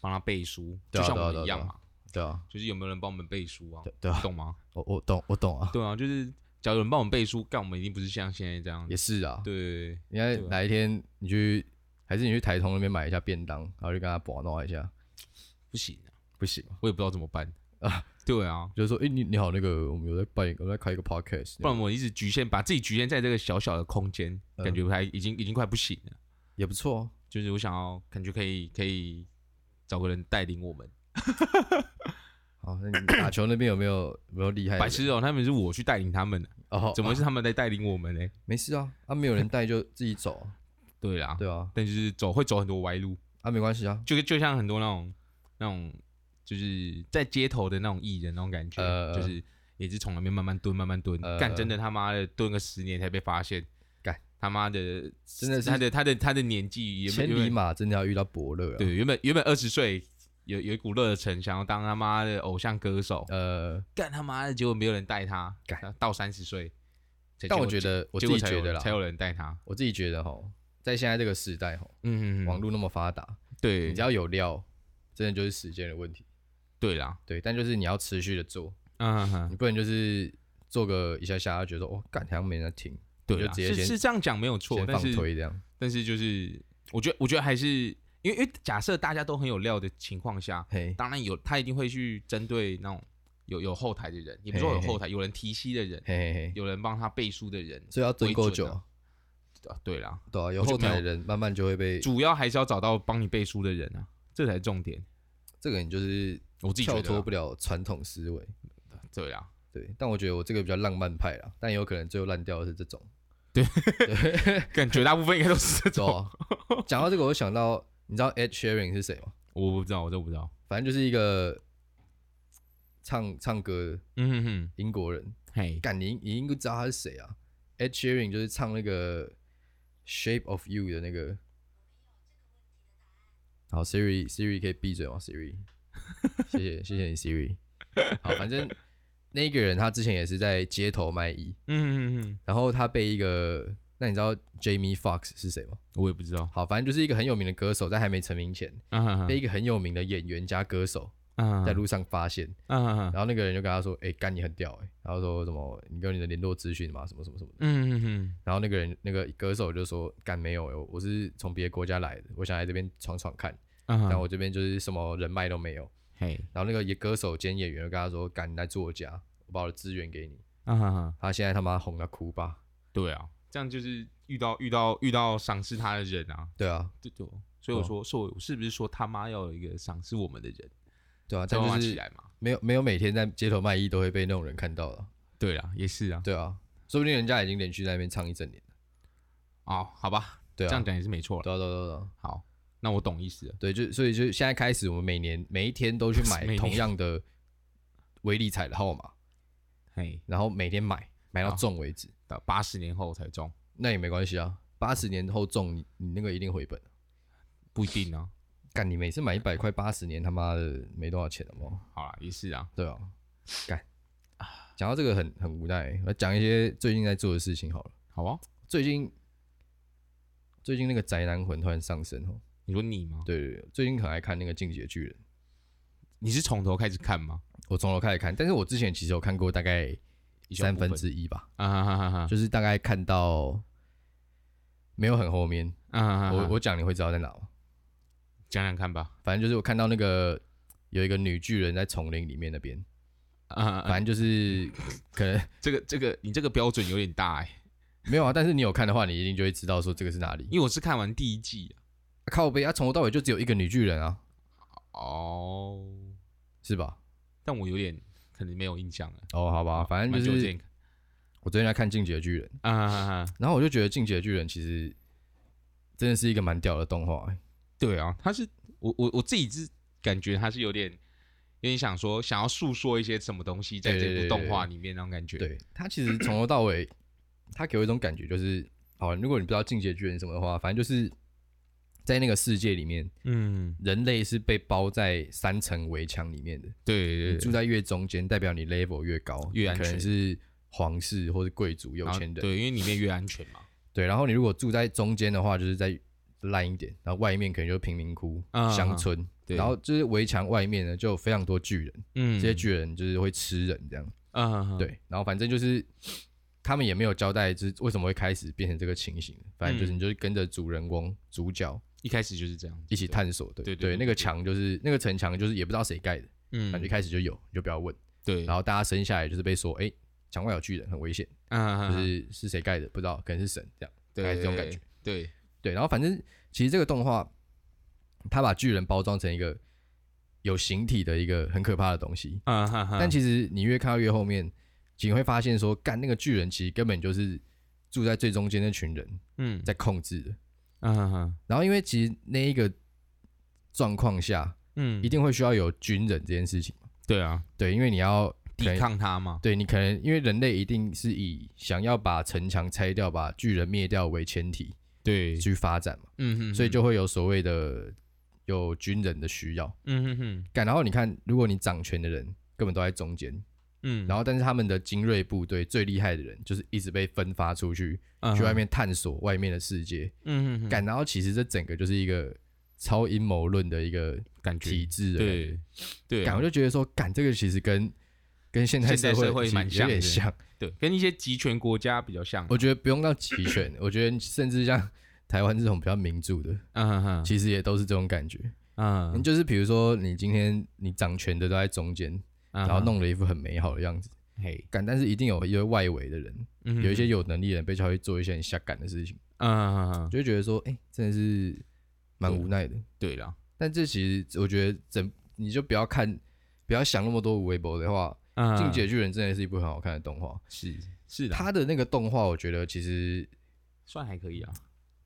Speaker 2: 帮他背书，
Speaker 1: 对
Speaker 2: 就
Speaker 1: 啊
Speaker 2: 像我
Speaker 1: 对
Speaker 2: 们
Speaker 1: 啊
Speaker 2: 一
Speaker 1: 对啊
Speaker 2: 样嘛，
Speaker 1: 对啊，
Speaker 2: 就是有没有人帮我们背书啊？
Speaker 1: 对啊
Speaker 2: 你，懂吗？
Speaker 1: 我我懂我懂啊，
Speaker 2: 对啊，就是假如有人帮我们背书，干我们一定不是像现在这样
Speaker 1: 也。是啊，
Speaker 2: 对，
Speaker 1: 你看
Speaker 2: 对啊
Speaker 1: 哪一天你去，还是你去台通那边买一下便当，然后就跟他把闹一下，
Speaker 2: 不行啊，
Speaker 1: 不行，
Speaker 2: 我也不知道怎么办啊。对啊，
Speaker 1: 就是说，哎、你你好，那个我们有在办一个，我们在开一个 podcast，
Speaker 2: 不然我一直局限把自己局限在这个小小的空间，
Speaker 1: 嗯
Speaker 2: 感觉还已经已经快不行了。
Speaker 1: 也不错啊，
Speaker 2: 就是我想要，感觉可以可以找个人带领我们。
Speaker 1: 好，那你打球那边有没有有没有厉害的
Speaker 2: 白
Speaker 1: 人？
Speaker 2: 痴哦，他们是我去带领他们的，
Speaker 1: 哦，
Speaker 2: 怎么会是他们在带领我们呢？
Speaker 1: 没事啊？啊，没有人带就自己走，
Speaker 2: 对啦，
Speaker 1: 对啊，
Speaker 2: 但就是走会走很多歪路，
Speaker 1: 啊，没关系啊，
Speaker 2: 就就像很多那种那种就是在街头的那种艺人那种感觉，
Speaker 1: 呃
Speaker 2: 就是也是从那边慢慢蹲，慢慢蹲，
Speaker 1: 呃
Speaker 2: 干、真的他妈的蹲个十年才被发现，
Speaker 1: 干
Speaker 2: 他妈的
Speaker 1: 真的是
Speaker 2: 他的他的他的年纪原
Speaker 1: 千
Speaker 2: 本
Speaker 1: 里
Speaker 2: 原本
Speaker 1: 马真的要遇到伯乐啊。，
Speaker 2: 对原本原本二十岁有有一股热忱，想要当他妈的偶像歌手，
Speaker 1: 呃，
Speaker 2: 干他妈的结果没有人带他，
Speaker 1: 干
Speaker 2: 到三十岁，才
Speaker 1: 但我
Speaker 2: 结
Speaker 1: 觉
Speaker 2: 果
Speaker 1: 得我
Speaker 2: 结
Speaker 1: 自
Speaker 2: 果
Speaker 1: 己
Speaker 2: 才有
Speaker 1: 觉得啦
Speaker 2: 才，有人带他，
Speaker 1: 我自己觉得哈，在现在这个时代哈，
Speaker 2: 嗯
Speaker 1: 网络那么发达，
Speaker 2: 对，
Speaker 1: 你只要有料，真的就是时间的问题。
Speaker 2: 对啦，
Speaker 1: 对，但就是你要持续的做，
Speaker 2: 嗯哼。
Speaker 1: 你不能就是做个一下下，觉得说哦，干，好像没人在听，
Speaker 2: 对
Speaker 1: 就
Speaker 2: 啦
Speaker 1: 直接
Speaker 2: 是
Speaker 1: 先
Speaker 2: 是这样讲没有错
Speaker 1: 先，
Speaker 2: 但
Speaker 1: 放
Speaker 2: 是
Speaker 1: 推这样。
Speaker 2: 但是就是我觉得我觉得还是因为因为假设大家都很有料的情况下，
Speaker 1: 嘿，
Speaker 2: 当然有他一定会去针对那种有有后台的人，也不是说有后台，有人提息的人，
Speaker 1: 嘿嘿嘿，
Speaker 2: 有人帮他背书的人，
Speaker 1: 所以要蹲够久
Speaker 2: 为准，啊对啦，
Speaker 1: 对啊，有
Speaker 2: 我就
Speaker 1: 后台
Speaker 2: 没
Speaker 1: 的
Speaker 2: 有
Speaker 1: 人慢慢就会被
Speaker 2: 主要还是要找到帮你背书的人啊，这才是重点。
Speaker 1: 这个，你就是
Speaker 2: 我自己觉
Speaker 1: 跳
Speaker 2: 得啊
Speaker 1: 脱
Speaker 2: 啦
Speaker 1: 不了传统思维。
Speaker 2: 对啦，
Speaker 1: 对，但我觉得我这个比较浪漫派啦，但也有可能最后烂掉的是这种。
Speaker 2: 感绝大部分应该都是这
Speaker 1: 对
Speaker 2: 种，
Speaker 1: 啊讲到这个，我就想到，你知道 Ed Sheeran 是谁吗？
Speaker 2: 我不知道，我都不知道。
Speaker 1: 反正就是一个唱唱歌
Speaker 2: 嗯哼哼，
Speaker 1: 英国人，
Speaker 2: 嘿，
Speaker 1: 干你你应该知道他是谁啊？Ed Sheeran 就是唱那个《Shape of You》的那个。好，Siri Siri 可以闭嘴吗？Siri，谢谢谢谢你 Siri。好，反正那个人他之前也是在街头卖艺，
Speaker 2: 嗯哼哼，
Speaker 1: 然后他被一个，那你知道 Jamie Fox 是谁吗？
Speaker 2: 我也不知道。
Speaker 1: 好，反正就是一个很有名的歌手，在还没成名前，
Speaker 2: 嗯哼
Speaker 1: 被
Speaker 2: 哼
Speaker 1: 一个很有名的演员加歌手
Speaker 2: 嗯
Speaker 1: 在
Speaker 2: 哼
Speaker 1: 路上发现，
Speaker 2: 嗯哼
Speaker 1: 然后那个人就跟他说：“哎、干你很屌哎、然后说什么你给我你的联络资讯嘛，什么什么什么的。
Speaker 2: 嗯哼哼，”
Speaker 1: 然后那个人那个歌手就说：“干没有、欸，我是从别的国家来的，我想来这边闯闯看，
Speaker 2: 嗯哼
Speaker 1: 但我这边就是什么人脉都没有。
Speaker 2: 嘿，”
Speaker 1: 然后那个歌手兼演员就跟他说：“干你来住我家，我把我的资源给你。
Speaker 2: 啊哈哈，”
Speaker 1: 他现在他妈红到哭吧？
Speaker 2: 对啊，这样就是遇到遇到遇到赏识他的人啊，
Speaker 1: 对啊，
Speaker 2: 对对，所以我
Speaker 1: 哦
Speaker 2: 说，是我是不是说他妈要有一个赏识我们的人，
Speaker 1: 对啊，
Speaker 2: 才
Speaker 1: 但
Speaker 2: 办法
Speaker 1: 就
Speaker 2: 起
Speaker 1: 是
Speaker 2: 来嘛？
Speaker 1: 没有没有每天在街头卖艺都会被那种人看到了。
Speaker 2: 对啊，也是啊，
Speaker 1: 对啊，说不定人家已经连续在那边唱一整年了。
Speaker 2: 哦，好吧，
Speaker 1: 对
Speaker 2: 这
Speaker 1: 啊，
Speaker 2: 样讲也是没错了。
Speaker 1: 对啊对啊对啊对啊。
Speaker 2: 好，那我懂意思了。
Speaker 1: 对，就所以就现在开始，我们每年每一天都去买
Speaker 2: 每年
Speaker 1: 同样的威力彩的号码，
Speaker 2: 嘿，
Speaker 1: 然后每天买买到
Speaker 2: 好
Speaker 1: 中为止，
Speaker 2: 到八十年后才中，
Speaker 1: 那也没关系啊。八十年后中，你你那个一定回本。
Speaker 2: 不一定 啊。
Speaker 1: 干，你每次买一百块，八十年他妈的没多少钱了嘛？
Speaker 2: 好啦，也是啊。
Speaker 1: 对啊，干。讲到这个很很无奈，来讲一些最近在做的事情好了。
Speaker 2: 好啊，
Speaker 1: 最近最近那个宅男魂突然上升哦，
Speaker 2: 你说你吗？
Speaker 1: 对对对，最近很爱看那个《进击的巨人》。
Speaker 2: 你是从头开始看吗？
Speaker 1: 我从头开始看，但是我之前其实有看过大概
Speaker 2: 一小
Speaker 1: 三
Speaker 2: 部分
Speaker 1: 分之一吧，
Speaker 2: 啊哈哈哈哈，
Speaker 1: 就是大概看到没有很后面。
Speaker 2: 啊哈哈哈，
Speaker 1: 我我讲你会知道在哪吗？
Speaker 2: 讲讲看吧。
Speaker 1: 反正就是我看到那个有一个女巨人在丛林里面那边，
Speaker 2: 啊啊，啊
Speaker 1: 反正就是可能
Speaker 2: 这个这个你这个标准有点大哎，
Speaker 1: 没有啊，但是你有看的话，你一定就会知道说这个是哪里。
Speaker 2: 因为我是看完第一季
Speaker 1: 靠背啊，从头到尾就只有一个女巨人啊，
Speaker 2: 哦，
Speaker 1: 是吧？
Speaker 2: 但我有点可能没有印象了。
Speaker 1: 哦，好吧，反正
Speaker 2: 蛮
Speaker 1: 就
Speaker 2: 久之
Speaker 1: 是
Speaker 2: 前看
Speaker 1: 我昨天在看《进击的巨人》，
Speaker 2: 啊哈哈哈，
Speaker 1: 然后我就觉得《进击的巨人》其实真的是一个蛮屌的动画、欸
Speaker 2: 对啊，他是我我我自己是感觉他是有点有点想说想要诉说一些什么东西在
Speaker 1: 对对
Speaker 2: 这部
Speaker 1: 对
Speaker 2: 动画里面那种感觉。
Speaker 1: 对他其实从头到尾，他给我一种感觉就是，好，如果你不知道《进阶巨人》什么的话，反正就是在那个世界里面，
Speaker 2: 嗯，
Speaker 1: 人类是被包在三层围墙里面的，
Speaker 2: 对
Speaker 1: 你
Speaker 2: 对对
Speaker 1: 住在越中间，代表你 level 越高，
Speaker 2: 越安
Speaker 1: 可能
Speaker 2: 全
Speaker 1: 是皇室或是贵族、有
Speaker 2: 然后
Speaker 1: 钱人。
Speaker 2: 对，因为里面越安全嘛。
Speaker 1: 对然后你如果住在中间的话，就是在烂一点，然后外面可能就是贫民窟、
Speaker 2: 啊
Speaker 1: 乡村，
Speaker 2: 对
Speaker 1: 然后就是围墙外面呢，就有非常多巨人，
Speaker 2: 嗯
Speaker 1: 这些巨人就是会吃人这样。
Speaker 2: 嗯哼哼，
Speaker 1: 对，然后反正就是他们也没有交代，就是为什么会开始变成这个情形。反正就是
Speaker 2: 嗯
Speaker 1: 你就是跟着主人公、主角
Speaker 2: 一开始就是这样，
Speaker 1: 一起。探索，对
Speaker 2: 对对对
Speaker 1: 那个
Speaker 2: 对对
Speaker 1: 墙就是那个城墙，就是也不知道谁盖的，
Speaker 2: 嗯
Speaker 1: 反正一，开始就有，你就不要问。
Speaker 2: 对，
Speaker 1: 然后大家生下来就是被说，哎、墙外有巨人，很危险，
Speaker 2: 嗯
Speaker 1: 就
Speaker 2: 哼哼，
Speaker 1: 是是谁盖的不知道，可能是神这样，大概
Speaker 2: 对
Speaker 1: 是这种感觉。。
Speaker 2: 对，
Speaker 1: 对，然后反正其实这个动画，它把巨人包装成一个有形体的一个很可怕的东西，
Speaker 2: 嗯哼哼，
Speaker 1: 但其实你越看到越后面，你会发现说，干那个巨人其实根本就是住在最中间那群人
Speaker 2: 嗯，
Speaker 1: 在控制的。
Speaker 2: 嗯哼哼
Speaker 1: 然后因为其实那一个状况下，
Speaker 2: 嗯，
Speaker 1: 一定会需要有军人这件事情嘛。
Speaker 2: 对啊，
Speaker 1: 对，因为你要
Speaker 2: 抵
Speaker 1: 可能
Speaker 2: 抗他嘛，
Speaker 1: 对你可能因为人类一定是以想要把城墙拆掉、把巨人灭掉为前提
Speaker 2: 对，
Speaker 1: 去发展嘛，
Speaker 2: 嗯哼，
Speaker 1: 所以就会有所谓的有军人的需要。
Speaker 2: 嗯哼哼，
Speaker 1: 干，然后你看，如果你掌权的人根本都在中间，
Speaker 2: 嗯，
Speaker 1: 然后但是他们的精锐部队最厉害的人就是一直被分发出去，
Speaker 2: 后
Speaker 1: 去外，面探索外面的世界。
Speaker 2: 嗯嗯哼哼，
Speaker 1: 干，然后其实这整个就是一个超阴谋论的一个
Speaker 2: 感
Speaker 1: 体
Speaker 2: 觉，
Speaker 1: 制的感觉。
Speaker 2: 对对
Speaker 1: 干
Speaker 2: 啊
Speaker 1: 我，就觉得说，干这个其实跟跟现代
Speaker 2: 现代
Speaker 1: 社
Speaker 2: 社会
Speaker 1: 其实
Speaker 2: 蛮
Speaker 1: 有
Speaker 2: 像
Speaker 1: 点
Speaker 2: 的
Speaker 1: 像。
Speaker 2: 对，跟一些集权国家比较像，
Speaker 1: 我觉得不用到集权，我觉得甚至像台湾这种比较民主的，
Speaker 2: 嗯哼哼，
Speaker 1: 其实也都是这种感觉。
Speaker 2: 嗯，
Speaker 1: 就是比如说，你今天你掌权的都在中间，然
Speaker 2: 然
Speaker 1: 后，弄了一副很美好的样子，
Speaker 2: 嗯嘿，
Speaker 1: 干，但是一定有一些外围的人，
Speaker 2: 嗯
Speaker 1: 有一些，有能力的人被他会做一些很下感的事情，
Speaker 2: 嗯哼哼，
Speaker 1: 就会觉得说，哎、真的是蛮无奈的。
Speaker 2: 对了，
Speaker 1: 但这其实我觉得整你就不要看，不要想那么多微博的话，《进
Speaker 2: 嗯，
Speaker 1: 阶巨人》真的是一部很好看的动画。
Speaker 2: 是是的，
Speaker 1: 它的那个动画，我觉得其实
Speaker 2: 算还可以啊，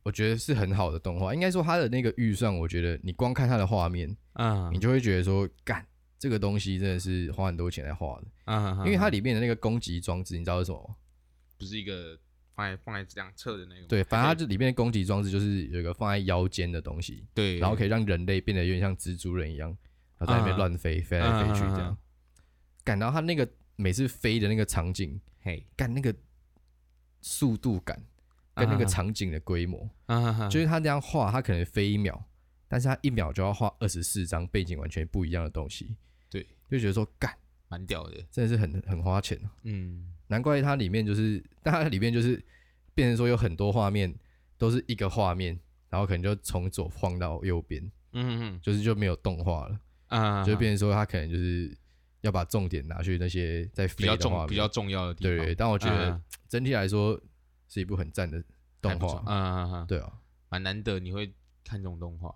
Speaker 1: 我觉得是很好的动画。应该说它的那个预算，我觉得你光看它的画面，
Speaker 2: 嗯
Speaker 1: 你就会觉得说，干这个东西真的是花很多钱来画的，
Speaker 2: 嗯
Speaker 1: 因为它里面的那个攻击装置，你知道是什么吗？
Speaker 2: 不是一个放在放在这样测的那个吗，
Speaker 1: 对，反正它
Speaker 2: 还可以
Speaker 1: 这里面的攻击装置就是有一个放在腰间的东西，
Speaker 2: 对，
Speaker 1: 然后可
Speaker 2: 以，
Speaker 1: 以让人类变得有点像蜘蛛人一样，然后在那边
Speaker 2: 嗯
Speaker 1: 乱飞，飞来飞去这
Speaker 2: 嗯嗯嗯
Speaker 1: 样
Speaker 2: 嗯。
Speaker 1: 感到它那个每次飞的那个场景，
Speaker 2: 嘿，
Speaker 1: 干那个速度感跟那个
Speaker 2: 嗯嗯嗯
Speaker 1: 场景的规模，
Speaker 2: 嗯哼哼，
Speaker 1: 就是他这样画，他可能飞一秒，但是他一秒就要画二十四张背景完全不一样的东西，
Speaker 2: 对，
Speaker 1: 就觉得说干
Speaker 2: 蛮屌的，
Speaker 1: 真的是很很花钱啊，
Speaker 2: 嗯，
Speaker 1: 难怪它里面就是，但它里面就是变成说有很多画面都是一个画面，然后可能就从左晃到右边，
Speaker 2: 嗯
Speaker 1: 就是就没有动画了，
Speaker 2: 嗯啊
Speaker 1: 就变成说他可能就是要把重点拿去那些在
Speaker 2: 比
Speaker 1: 飞
Speaker 2: 较
Speaker 1: 的画
Speaker 2: 重
Speaker 1: 面，
Speaker 2: 比较重要的地
Speaker 1: 对
Speaker 2: 方，
Speaker 1: 对，但我觉得
Speaker 2: 嗯
Speaker 1: 整体来说是一部很赞的
Speaker 2: 还
Speaker 1: 动
Speaker 2: 不错
Speaker 1: 画，
Speaker 2: 嗯嗯嗯，
Speaker 1: 对啊。
Speaker 2: 蛮难得你会看这种动画，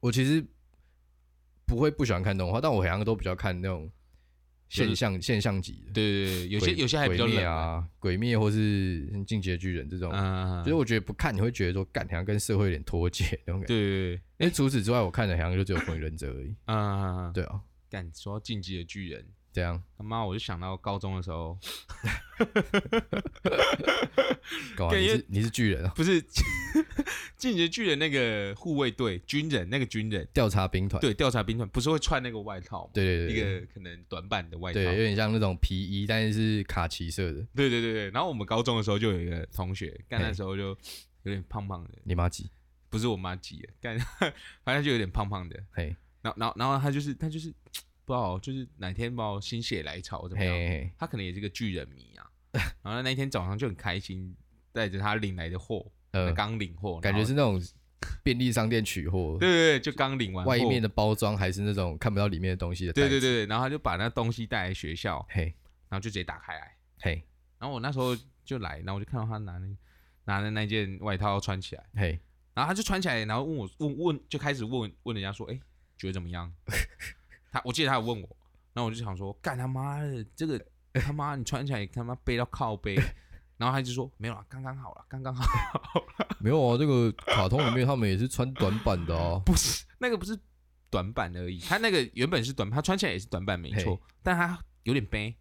Speaker 1: 我其实不会不喜欢看动画，但我好像都比较看那种现象、现象级的。
Speaker 2: 对对对，有
Speaker 1: 鬼
Speaker 2: 些有些还比较
Speaker 1: 鬼灭
Speaker 2: 冷，
Speaker 1: 啊，鬼灭或是像进击的巨人这种，
Speaker 2: 嗯，
Speaker 1: 所以我觉得不看你会觉得说，干好像跟社会有点脱节那种感觉。
Speaker 2: 对对对，
Speaker 1: 因为除此之外，我看的好像就只有火影忍者而已。
Speaker 2: 嗯，
Speaker 1: 对啊，
Speaker 2: 敢说到进击的巨人，
Speaker 1: 这样
Speaker 2: 他妈我就想到高中的时候，
Speaker 1: 搞完
Speaker 2: 感
Speaker 1: 你
Speaker 2: 觉
Speaker 1: 是你是巨人啊，
Speaker 2: 不是 进击的巨人那个护卫队军人那个军人，
Speaker 1: 调查兵团。
Speaker 2: 对调查兵团不是会穿那个外套吗？
Speaker 1: 对对
Speaker 2: 一
Speaker 1: 对对
Speaker 2: 个可能短版的外套，
Speaker 1: 对，有点像那种皮衣，但是是卡其色的。
Speaker 2: 对对对对，然后我们高中的时候就有一个同学，干
Speaker 1: 嘿
Speaker 2: 那时候就有点胖胖的，
Speaker 1: 你妈几？
Speaker 2: 不是我妈寄的，干 反正就有点胖胖的，
Speaker 1: 嘿
Speaker 2: 然后然后然后他就是他就是不知道就是哪天不知道心血来潮怎
Speaker 1: 嘿
Speaker 2: 么样，
Speaker 1: 嘿，
Speaker 2: 他可能也是个巨人迷啊，然后那一天早上就很开心，带着他领来的货，
Speaker 1: 呃，
Speaker 2: 刚领货，
Speaker 1: 感觉
Speaker 2: 然后
Speaker 1: 是那种便利商店取货，
Speaker 2: 对对对，就刚领完 货
Speaker 1: 外面的包装还是那种看不到里面的东西的袋
Speaker 2: 对
Speaker 1: 子。
Speaker 2: 对对对，然后他就把那东西带来学校，
Speaker 1: 嘿，
Speaker 2: 然后就直接打开来，
Speaker 1: 嘿，
Speaker 2: 然后我那时候就来，然后我就看到他拿那拿的那件外套穿起来。
Speaker 1: 嘿，
Speaker 2: 然后他就穿起来，然后问我问问就开始问问人家说，哎、觉得怎么样？ 他我记得他有问我，然后我就想说，干他妈的这个他妈你穿起来他妈背到靠背，然后他就说没有啊，刚刚好了，刚刚好，。
Speaker 1: 没有啊，这个卡通里面他们也是穿短版的哦
Speaker 2: 不是那个不是短版而已，他那个原本是短，他穿起来也是短版没错，但他有点背，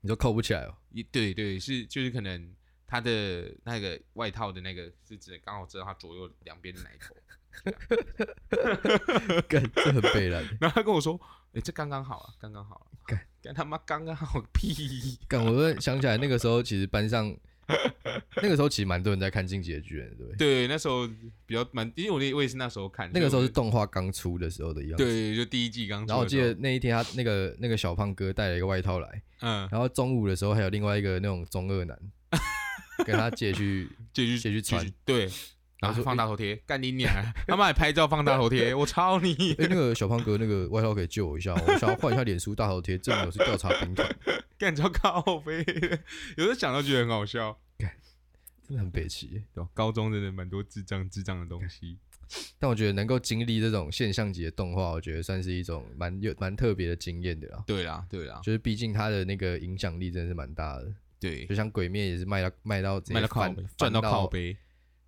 Speaker 1: 你说扣不起来 哦？
Speaker 2: 也对对是就是可能。他的那个外套的那个是指刚好遮到他左右两边的奶头，
Speaker 1: 干，这很悲然。
Speaker 2: 然后他跟我说：“哎、这刚刚好啊，刚刚好啊，
Speaker 1: 干
Speaker 2: 干他妈刚刚好个屁！
Speaker 1: 干，我突然想起来那个时候，其实班上那个时候其实蛮多人在看《进击的巨人》，对不对？
Speaker 2: 对，那时候比较蛮，因为我也我也是那时候看，
Speaker 1: 那个时候
Speaker 2: 所以
Speaker 1: 是动画刚出的时候的样
Speaker 2: 我
Speaker 1: 子。
Speaker 2: 对，对就第一季刚出的时
Speaker 1: 然
Speaker 2: 候。
Speaker 1: 后我记得那一天他那个那个小胖哥带了一个外套来，
Speaker 2: 嗯，
Speaker 1: 然后中午的时候还有另外一个那种中二男跟他借去，
Speaker 2: 就去
Speaker 1: 继续
Speaker 2: 就
Speaker 1: 传
Speaker 2: 去对，
Speaker 1: 然后
Speaker 2: 然后就
Speaker 1: 说
Speaker 2: 放大头贴，干你娘！他妈还拍照放大头 贴，我操你！
Speaker 1: 哎，那个小胖哥那个外套可以借我一下吗，我想要换一下脸书大头贴，证明我是调查兵团，
Speaker 2: 干超靠背的，有时候想到觉得很好笑。
Speaker 1: 真的很北齐。啊
Speaker 2: 对吧，高中真的蛮多智障智障的东西。
Speaker 1: 但我觉得能够经历这种现象级的动画，我觉得算是一种蛮有蛮特别的经验的啦。
Speaker 2: 对啦，对啦，
Speaker 1: 就是毕竟它的那个影响力真的是蛮大的，
Speaker 2: 对，
Speaker 1: 就像《鬼灭》也是卖到卖到直接
Speaker 2: 卖到靠
Speaker 1: 翻
Speaker 2: 背，
Speaker 1: 翻
Speaker 2: 赚到
Speaker 1: 到
Speaker 2: 靠，背，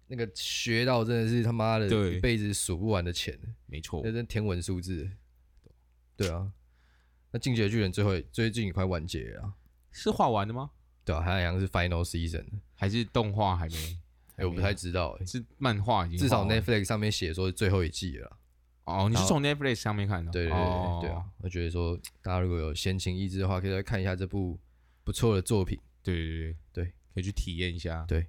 Speaker 1: 那个学到真的是他妈的
Speaker 2: 对
Speaker 1: 一辈子数不完的钱，
Speaker 2: 没错
Speaker 1: 那。真天文数字。对啊，那《进击的巨人》最后也最近也快完结了啊，
Speaker 2: 是画完的吗？
Speaker 1: 对啊，它好像是 final season，
Speaker 2: 还是动画还没？
Speaker 1: 哎、我不太知道、欸，
Speaker 2: 是漫画已经
Speaker 1: 至
Speaker 2: 画
Speaker 1: 少
Speaker 2: 完
Speaker 1: Netflix 上面写说是最后一季了啦。
Speaker 2: 哦，你是
Speaker 1: 然后
Speaker 2: 从 Netflix 上面看的？
Speaker 1: 对对对、
Speaker 2: 哦
Speaker 1: 对啊，，我觉得说大家如果有闲情逸致的话，可以来看一下这部不错的作品。
Speaker 2: 对对对
Speaker 1: 对，
Speaker 2: 可以去体验一下，
Speaker 1: 对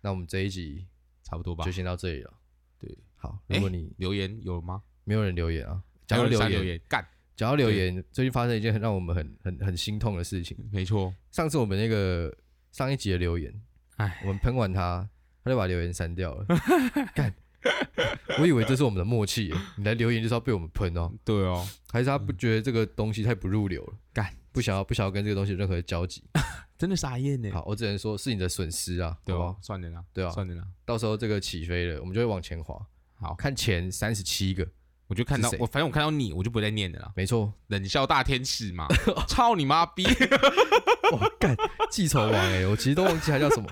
Speaker 1: 那我们这一集
Speaker 2: 差不多吧
Speaker 1: 就。先到这里了。
Speaker 2: 对，
Speaker 1: 好，
Speaker 2: 哎
Speaker 1: 如果你
Speaker 2: 留言有吗？
Speaker 1: 没有人留言啊，讲到
Speaker 2: 还有人
Speaker 1: 留
Speaker 2: 删留
Speaker 1: 言，
Speaker 2: 言干，
Speaker 1: 讲到留言，最近发生一件很让我们很很很心痛的事情。
Speaker 2: 没错，
Speaker 1: 上次我们那个上一集的留言，
Speaker 2: 哎，
Speaker 1: 我们喷完他，他就把留言删掉 了。干，我以为这是我们的默契耶，你来留言就是要被我们喷哦，
Speaker 2: 对哦，
Speaker 1: 还是他不觉得这个东西太不入流了？
Speaker 2: 干，
Speaker 1: 不想要不想要跟这个东西有任何的交 集。
Speaker 2: 真的傻眼呢。
Speaker 1: 好，我只能说是你的损失啊，
Speaker 2: 对哦
Speaker 1: 好不
Speaker 2: 吧
Speaker 1: 好？？
Speaker 2: 算了啦，
Speaker 1: 对啊
Speaker 2: 算了啦。
Speaker 1: 到时候这个起飞了，我们就会往前滑。
Speaker 2: 好
Speaker 1: 看前三十七个，
Speaker 2: 我就看到
Speaker 1: 是谁
Speaker 2: 我，反正我看到你，我就不再念的啦。
Speaker 1: 没错，
Speaker 2: 冷笑大天使 嘛，操你妈逼！
Speaker 1: 哇，干记仇王哎、我其实都忘记他叫什么，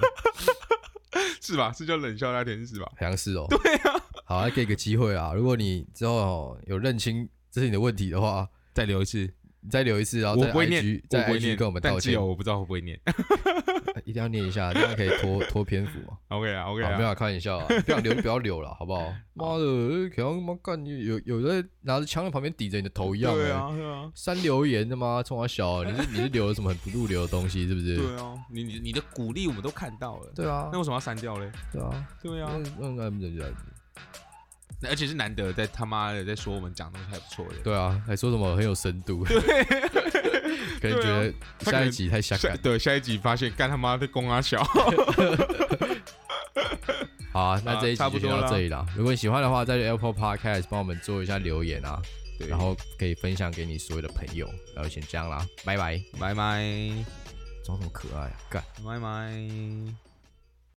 Speaker 2: 是吧？是叫冷笑大天使吧？
Speaker 1: 好像是哦。对啊，好，来给个机会啊！如果你之后、哦、有认清这是你的问题的话，
Speaker 2: 再留一次，
Speaker 1: 你再留一次，然后
Speaker 2: 我
Speaker 1: 再
Speaker 2: 不会念
Speaker 1: IG，，
Speaker 2: 我
Speaker 1: 再
Speaker 2: 不会
Speaker 1: IG
Speaker 2: 念，
Speaker 1: 跟我们道
Speaker 2: 但只哦
Speaker 1: 歉，
Speaker 2: 有我不知道会不会念。
Speaker 1: 一定要念一下，这样可以拖拖篇幅 啊。
Speaker 2: OK 啊，OK
Speaker 1: 好，没有
Speaker 2: 啊，
Speaker 1: 啊开玩 笑啊，不想留就不要留了，好不好？妈的，呃可能妈干有有在拿着枪在旁边抵着你的头一样、欸，
Speaker 2: 对啊，对啊，
Speaker 1: 删留言的吗？冲我小， 你是你是留了什么很不入流的东西，是不是？
Speaker 2: 对啊，你你你的鼓励我们都看到了，
Speaker 1: 对啊
Speaker 2: 那，为什么要删掉嘞？
Speaker 1: 对啊，
Speaker 2: 对啊，
Speaker 1: 嗯嗯嗯嗯，
Speaker 2: 而且是难得在他妈的在说我们讲东西还不错的。
Speaker 1: 对啊，还说什么很有深度？ 可能觉得
Speaker 2: 啊
Speaker 1: 下一集太瞎
Speaker 2: 下
Speaker 1: 感。
Speaker 2: 对下一集发现干他妈的公阿小，
Speaker 1: 好啊，那这一集
Speaker 2: 啊差不
Speaker 1: 就先
Speaker 2: 多啦
Speaker 1: 到这里了。如果你喜欢的话，在 Apple Podcast 帮我们做一下留言啊，
Speaker 2: 对
Speaker 1: 然后可以分享给你所有的朋友。然后先这样啦，拜拜。
Speaker 2: 拜拜
Speaker 1: 长那么可爱啊，干。
Speaker 2: 拜拜。